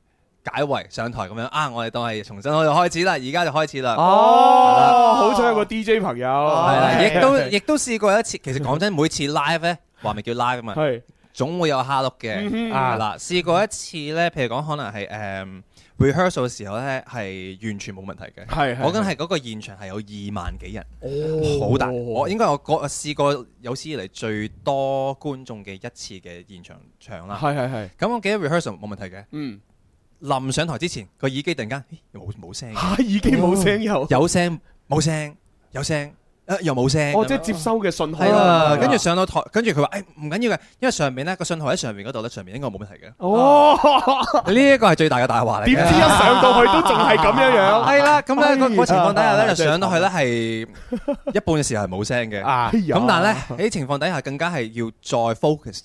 L: 解圍上台咁樣啊！我哋當係重新開開始啦，而家就開始啦。
C: 哦，好彩有個 DJ 朋友，
L: 係
C: 哦係
L: 啦，亦都亦都試過一次。其實講真，每次 live 咧話咪叫 live 啊嘛，
C: 係
L: 總會有蝦碌
C: 嗯
L: 嘅
C: 哼
L: 啊嗱。試過一次咧，譬如講可能係誒 rehearsal 嘅時候咧，係完全冇問題嘅。
C: 係係
L: 我緊係嗰個現場係有二萬幾人。
C: 哦
L: 好大！我應該我個我試過有史以嚟最多觀眾嘅一次嘅現場場啦。
C: 係係係。
L: 咁我記得 rehearsal 冇問題嘅。
C: 嗯。
L: 臨上台之前，個耳機突然間咦冇冇聲嘅。
C: 嚇耳機冇聲又
L: 有聲冇聲有聲，誒又冇聲。
C: 哦，即係接收嘅信號
L: 係啦，跟住
C: 上
L: 上到台，跟住佢話：誒唔緊要嘅，因為上面咧個信號喺上面嗰度咧，上面應該冇問題嘅。
C: 哦，
L: 呢一個係最大嘅大話嚟嘅。
C: 點知一上到去都仲係咁樣樣。
L: 係啦，咁咧個個情況底下咧，
C: 唉
L: 就上到去咧係一半嘅時候係冇聲嘅。
C: 哎呀
L: 咁但係咧喺情況底下更加係要再 focus
C: 啲，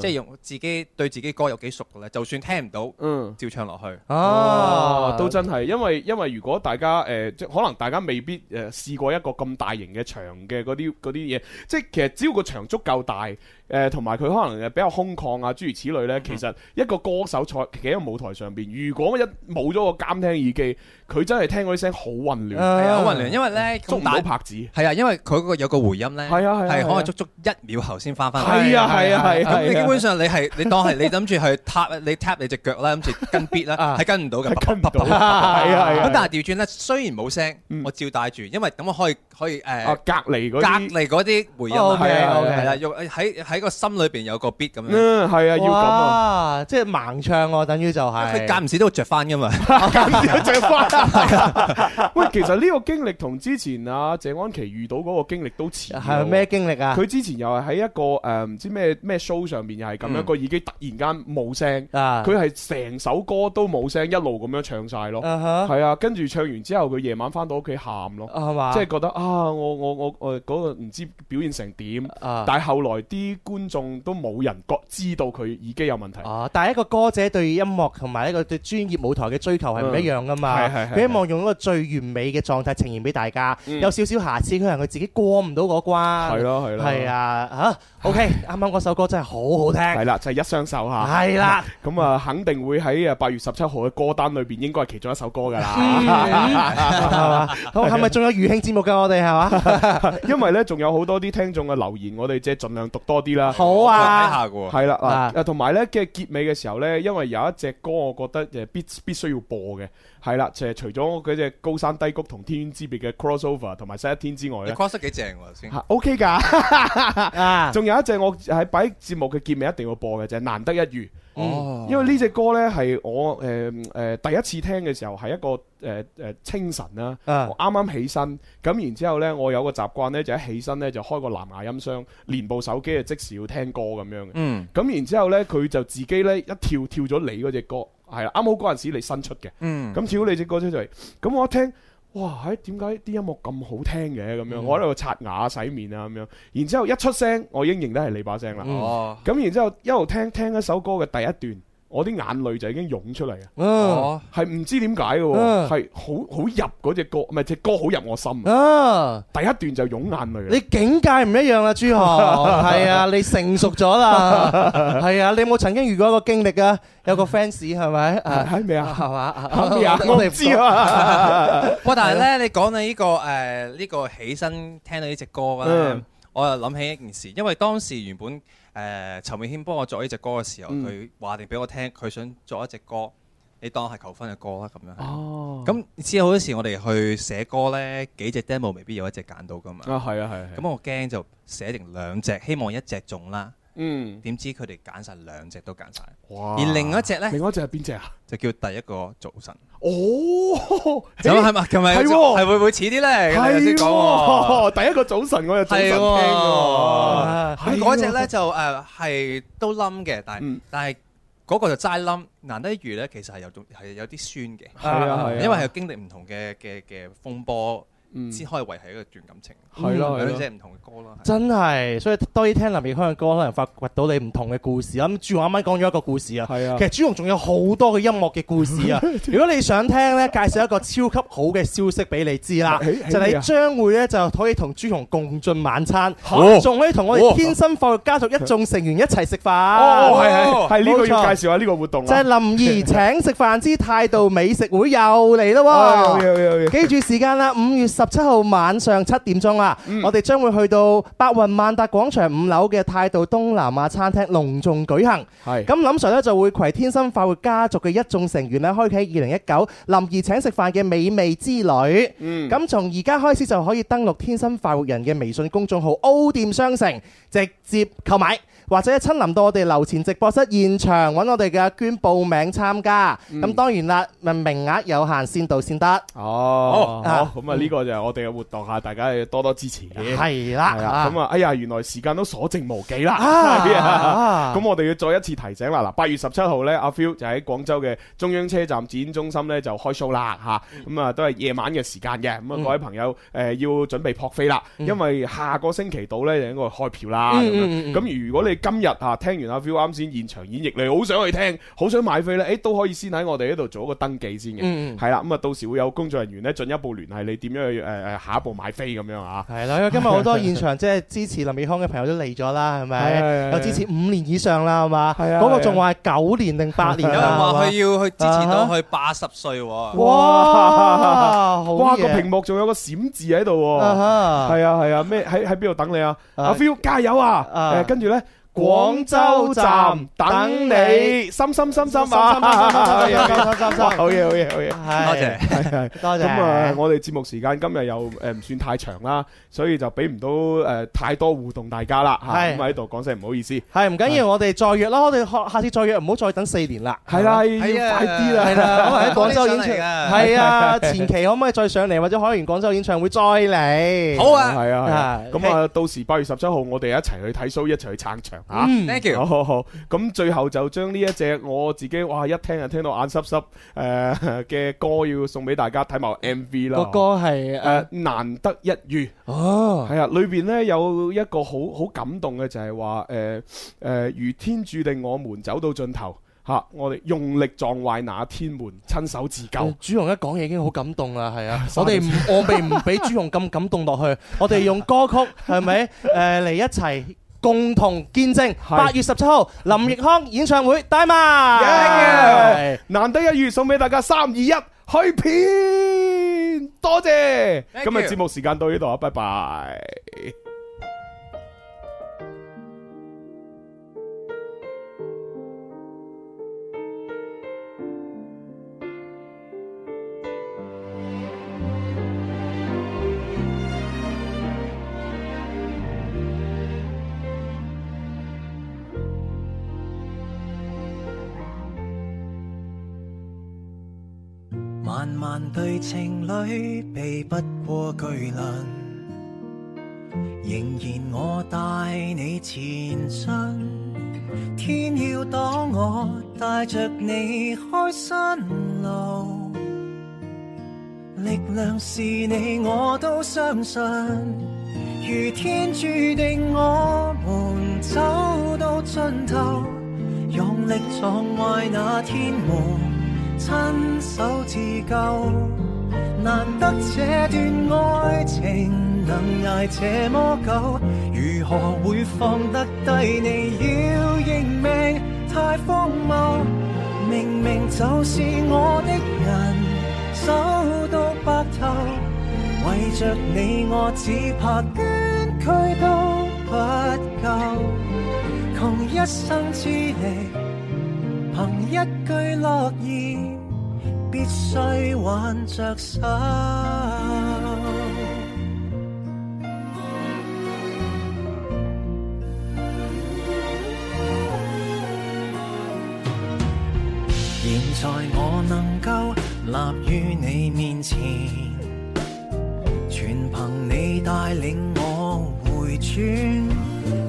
L: 即係用自己對自己歌有幾熟嘅咧，就算聽唔
C: 到，
L: 照唱落去。
C: 哦，都真係，因為因為如果大家誒，即係可能大家未必誒試過一個咁大型嘅場嘅嗰啲嗰啲嘢，即係其實只要個場足夠大，誒同埋佢可能誒比較空曠啊，諸如此類呢，其實一個歌手坐企喺舞台上邊，如果一冇咗個監聽耳機，佢真係聽嗰啲聲好混亂，
L: 係啊好混亂因為呢
C: 捉唔到拍子。
L: 係啊，因為佢嗰個有個回音咧，係
C: 啊係啊
L: 係可
C: 係啊
L: 能足足一秒後先翻翻嚟。
C: 係啊係啊係啊
L: 咁你
C: 係啊
L: 基本上你係你當係你諗住去 tap 你 tap 你只腳啦，諗住跟 beat 啦，係跟唔到嘅，跟唔到。
C: 係啊係啊
L: 咁但係調轉咧，雖然冇聲，我照戴住，因為咁我可以可以誒
C: 啊隔離嗰啲
L: 隔離嗰啲回音啊。
D: OK，OK
L: 係啦，用喺喺個心裏邊有個 beat 咁樣。
C: 嗯，係啊，要咁啊，
D: 哇！即係盲唱喎，等於就係
L: 佢間唔時都會着翻 噶嘛。
C: 着翻。 喂，其實呢個經歷同之前啊謝安琪遇到嗰個經歷都似喎。
D: 係咩經歷啊？
C: 佢之前又係喺一個誒唔知咩咩 show 上面又係咁樣，
D: 嗯
C: 個耳機突然間冇聲，
D: 啊
C: 佢係成首歌都冇聲，一路咁樣唱晒咯，
D: 啊哈
C: 係啊，跟住唱完之後佢夜晚翻到屋企喊咯，
D: 係嘛
C: 即係覺得啊，我我我我嗰個唔知表現成點，
D: 啊
C: 但係後來啲觀眾都冇人覺知道佢耳機有問題，
D: 哦，但係一個歌者對音樂同埋一個對專業舞台嘅追求係唔一樣噶嘛，
C: 嗯係係係
D: 佢希望用一個最完美嘅狀態呈現俾大家，
C: 嗯
D: 有少少瑕疵，可能佢自己過唔到嗰關。
C: 係咯係咯
D: 係啊嚇，OK，啱啱嗰首歌真係好好聽。
C: 係啦，就係一雙手嚇，
D: 係啦，
C: 咁
L: 嗯
C: 啊肯定會喺啊八月十七號嘅歌單裏邊應該係其中一首歌㗎
D: 嗯，係嘛
C: 啦，？
D: 好係咪仲有餘慶節目㗎？我哋 係嘛？
C: 因為咧，仲有好多啲聽眾嘅留言，我哋即係盡量讀多啲啦。
D: 好 啊睇下㗎
L: 哦
D: 喎
C: 係啦
D: 啊，
C: 嗱，同埋咧嘅結尾嘅時候咧，因為有一隻歌，我覺得誒必必須要播嘅，係啦，就係除咗嗰隻高山低谷同天淵之別嘅 crossover 同埋西一天之外
L: 你
C: 咧
L: cross 得幾正喎頭先。
C: ，OK 㗎。
D: 啊
C: 仲有一隻我喺擺節目嘅結尾一定要播嘅，就係難得一遇。
L: 哦
C: 因為呢只歌呢，係我誒誒第一次聽嘅時候係一個誒誒清晨啦，
D: 啊
C: 我啱啱起身，咁然之後呢，我有個習慣呢，就一起身呢，就開個藍牙音箱，連部手機啊即時要聽歌咁樣嘅。
L: 嗯
C: 咁然之後呢，佢就自己呢，一跳跳咗你嗰只歌，係啦，啱好嗰陣時你新出嘅，
L: 嗯
C: 咁跳咗你只歌出嚟，咁我一聽。哇！喺點解啲音樂咁好聽嘅咁樣？
L: 嗯
C: 我喺度刷牙、洗面啊咁樣，然之後一出聲，我已經認得係你把聲啦。
L: 嗯哦
C: 咁然之後一路聽聽一首歌嘅第一段，我啲眼淚就已經湧出嚟
D: 啊
C: 嘅，係唔知點解嘅喎，
D: 啊
C: 係好好入嗰只歌，唔係只歌好入我心
D: 啊！
C: 第一段就湧眼淚啦。啊
D: 你境界唔一樣啦，朱豪，係啊，你成熟咗 啦，係啊，你有冇曾經遇過一個經歷啊？有個 fans 係咪？
C: 係咩啊？
D: 係嘛？
C: 係咩啊我唔知啊
L: 哇！但係咧，你講到呢個誒呢個起身聽到呢隻歌咧
C: 嗯，
L: 我又諗起一件事，因為當時原本誒陳永軒幫我作呢隻歌嘅時候，
C: 嗯
L: 佢話定俾我聽，佢想作一隻歌，你當係求婚嘅歌啦咁樣。
C: 哦
L: 咁之後好多時我哋去寫歌咧，幾隻 demo 未必有一隻揀到噶嘛。
C: 啊係啊係啊係
L: 咁我驚就寫成兩隻，希望一隻中啦。
C: 嗯。
L: 點知佢哋揀晒兩隻都揀晒。
C: 哇
L: 而另外一隻咧，
C: 另外一隻係邊只啊？
L: 就叫第一個早晨。
C: 哦，
L: 就係咪係咪
C: 係喎
L: 係會唔會似啲咧？
C: 係
L: 你先講
C: 喎，第一個早晨我就早晨
L: 係
C: 聽喎
D: 啊
L: 喎，咁嗰只咧就誒係都冧嘅，但係但係嗰個就齋冧，難得一遇咧，其實係有種係有啲
C: 係
L: 酸
C: 啊
L: 嘅，
C: 係啊
L: 因為係經歷唔同嘅嘅嘅風波，
C: 嗯
L: 先可以維係一個段感情，
D: 係咯係咯
L: 兩隻唔同嘅歌啦。
D: 真係，所以多啲聽林奕匡嘅歌，可能發掘到你唔同嘅故事啦。咁朱紅啱啱講咗一個故事啊，
C: 啊
D: 其實朱紅仲有好多嘅音樂嘅故事啊。如果你想聽呢，介紹一個超級好嘅消息俾你知啦，
C: 誒
D: 就
C: 係咩
D: 你
C: 啊
D: 將會呢，就可以同朱紅共進晚餐
C: 哦，
D: 仲可以同我
C: 哦
D: 哋天生發育家族一眾成員一齊食飯。
C: 哦，係係係呢個要
D: 冇錯
C: 介紹下呢個活動啊
D: 就係林兒請食飯之態度美食會又嚟
C: 哎好
D: 咯
C: 嘢好嘢好
D: 喎！記住時間啦，五月十七號晚上七點鐘啊，我哋將會去到白雲萬達廣場五樓嘅態度東南亞餐廳隆重舉行。
C: 係
D: 咁，林 Sir 咧就會攜天生快活家族嘅一眾成員咧，開啟二零一九林兒請食飯嘅美味之旅。
C: 嗯
D: 咁從而家開始就可以登錄天生快活人嘅微信公眾號 O 店商城，直接購買。或者親臨到我哋樓前直播室現場揾我哋嘅阿娟報名參加，咁、當然啦，咪名額有限，先到先得。
C: 哦，
D: 啊
C: 好咁啊！呢個就係我哋嘅活動啊嚇，大家要多多支持。
D: 係啦
C: 係
D: 啊
C: 咁啊，哎呀，原來時間都所剩無幾啦。
D: 啊
C: 係啊
D: 啊
C: 咁我哋要再一次提醒啦。嗱，八月十七號呢，阿 Phil 就喺廣州嘅中央車站展中心呢就開 show 啦嚇。咁啊，都係夜晚嘅時間嘅。咁啊，
L: 嗯
C: 各位朋友誒要準備撲飛啦，
L: 嗯
C: 因為下個星期到呢，就應該開票啦。
L: 嗯
C: 咁樣
L: 嗯嗯嗯
C: 咁如果你今日啊聽完阿 Phil 啱先現場演繹，你好想去聽，好想買飛呢，誒都可以先喺我哋呢度做一個登記先嘅。
D: 嗯
C: 係啦，咁啊到時會有工作人員呢進一步聯繫你點樣去誒誒下一步買飛咁樣啊。
D: 係啦，因為今日好多現場即係支持林奕匡嘅朋友都嚟咗啦，係
C: 係係
D: 咪？
C: 係
D: 有支持五年以上啦，係嘛？
C: 啊
D: 嗰個仲話係九年定八
L: 有
D: 年
L: 人
D: 啦。
L: 話佢要去支持到
D: 啊
L: 去八十歲喎。
D: 哇好
C: 哇
D: 嘢
C: 個屏幕仲有個閃字喺度喎，
D: 啊哈
C: 係啊係啊，咩喺喺邊度等你啊？
D: 啊
C: 阿 Phil 加油啊！誒跟住咧。廣州站等你，心心心心啊！
D: 心心心心心心心心心
C: 哇好嘢好嘢好嘢，
D: 多謝
C: 係係
D: 多謝
C: 咁啊，我哋節目時間今日又誒唔算太長啦，所以就俾唔到誒太多互動大家啦嚇。
D: 係
C: 咁喺度講聲唔好意思。
D: 係唔緊要，我哋再約啦。我哋下下次再約，唔好再等四年啦。
C: 係啊啦要快啲啦
D: 係啦，我喺廣州演
C: 我
D: 唱，
C: 哋上嚟㗎
D: 係啊，前期可唔可以再上嚟，或者開完廣州演唱會再嚟？
C: 系啊，係啊咁啊，到時八月十七號，我哋一齊去睇 show，一齊去撐場啊
D: 嗯！Thank you
C: 好好好，咁最後就將呢一隻我自己哇一聽就聽到眼濕濕誒嘅歌，要送俾大家睇埋 MV 啦。
D: 個歌啊係
C: 誒難得一遇
D: 哦，
C: 係啊，裏邊呢有一個好好感動嘅就係話誒誒，如天注定我們走到盡頭嚇，我哋用力撞壞那天門，親手自救。
D: 朱紅一講嘢已經好感動啦，係啊！我哋唔，我哋唔俾朱紅咁感動落 去，我哋用歌曲係咪？誒嚟一齊共同見證八月十七號林奕匡演唱會，帶埋，
C: 難得一遇，送俾大家三二一，去片，多謝。
D: Thank
C: 今日
D: you
C: 節目時間到呢度啊，拜拜。
B: 漫漫對情侶避不過巨輪，仍然我帶你前進。天要擋我，帶着你開新路。力量是你，我都相信。如天注定，我們走到盡頭。用力撞壞那天幕，親手自救。難得這段愛情能捱這麼久，如何會放得低？你要認命，太荒謬。明明就是我的人，手到白頭，為着你我只怕捐軀都不夠。窮一生之力，憑一句諾言，必須挽着手。現在我能夠立於你面前，全憑你帶領我回轉。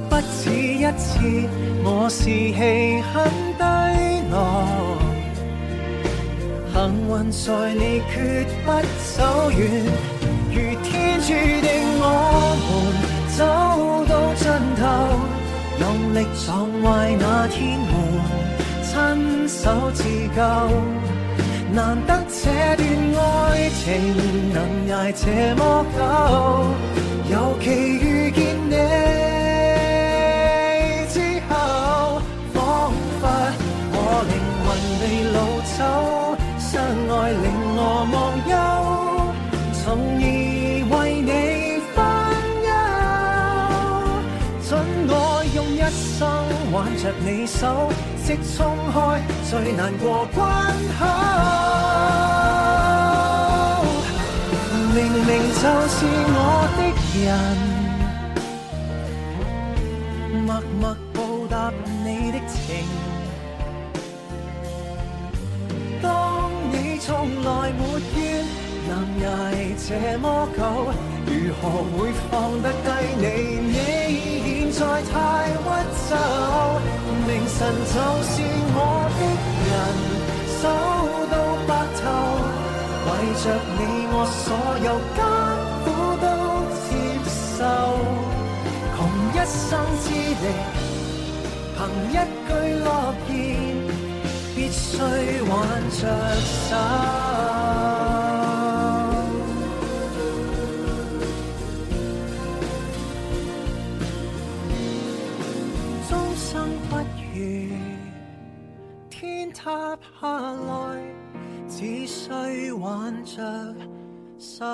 B: 不止一次，我士氣很低落。幸運在你決不走遠，如天注定我們走到盡頭。用力撞壞那天門，親手自救。難得這段愛情能捱這麼久，尤其遇見你。之後，彷彿我靈魂被擄走，相愛令我忘憂，從而為你分憂。准我用一生挽着你手，直衝開最難過關口。明明就是我的人。默默報答你的情。當你從來沒怨，能捱這麼久，如何會放得低你？你現在太屈就，明晨就是我的人，手到白頭，為着你我所有艱苦都接受。一生之力，憑一句諾言，必須挽着手。終生不渝，天塌下來，只需挽着手。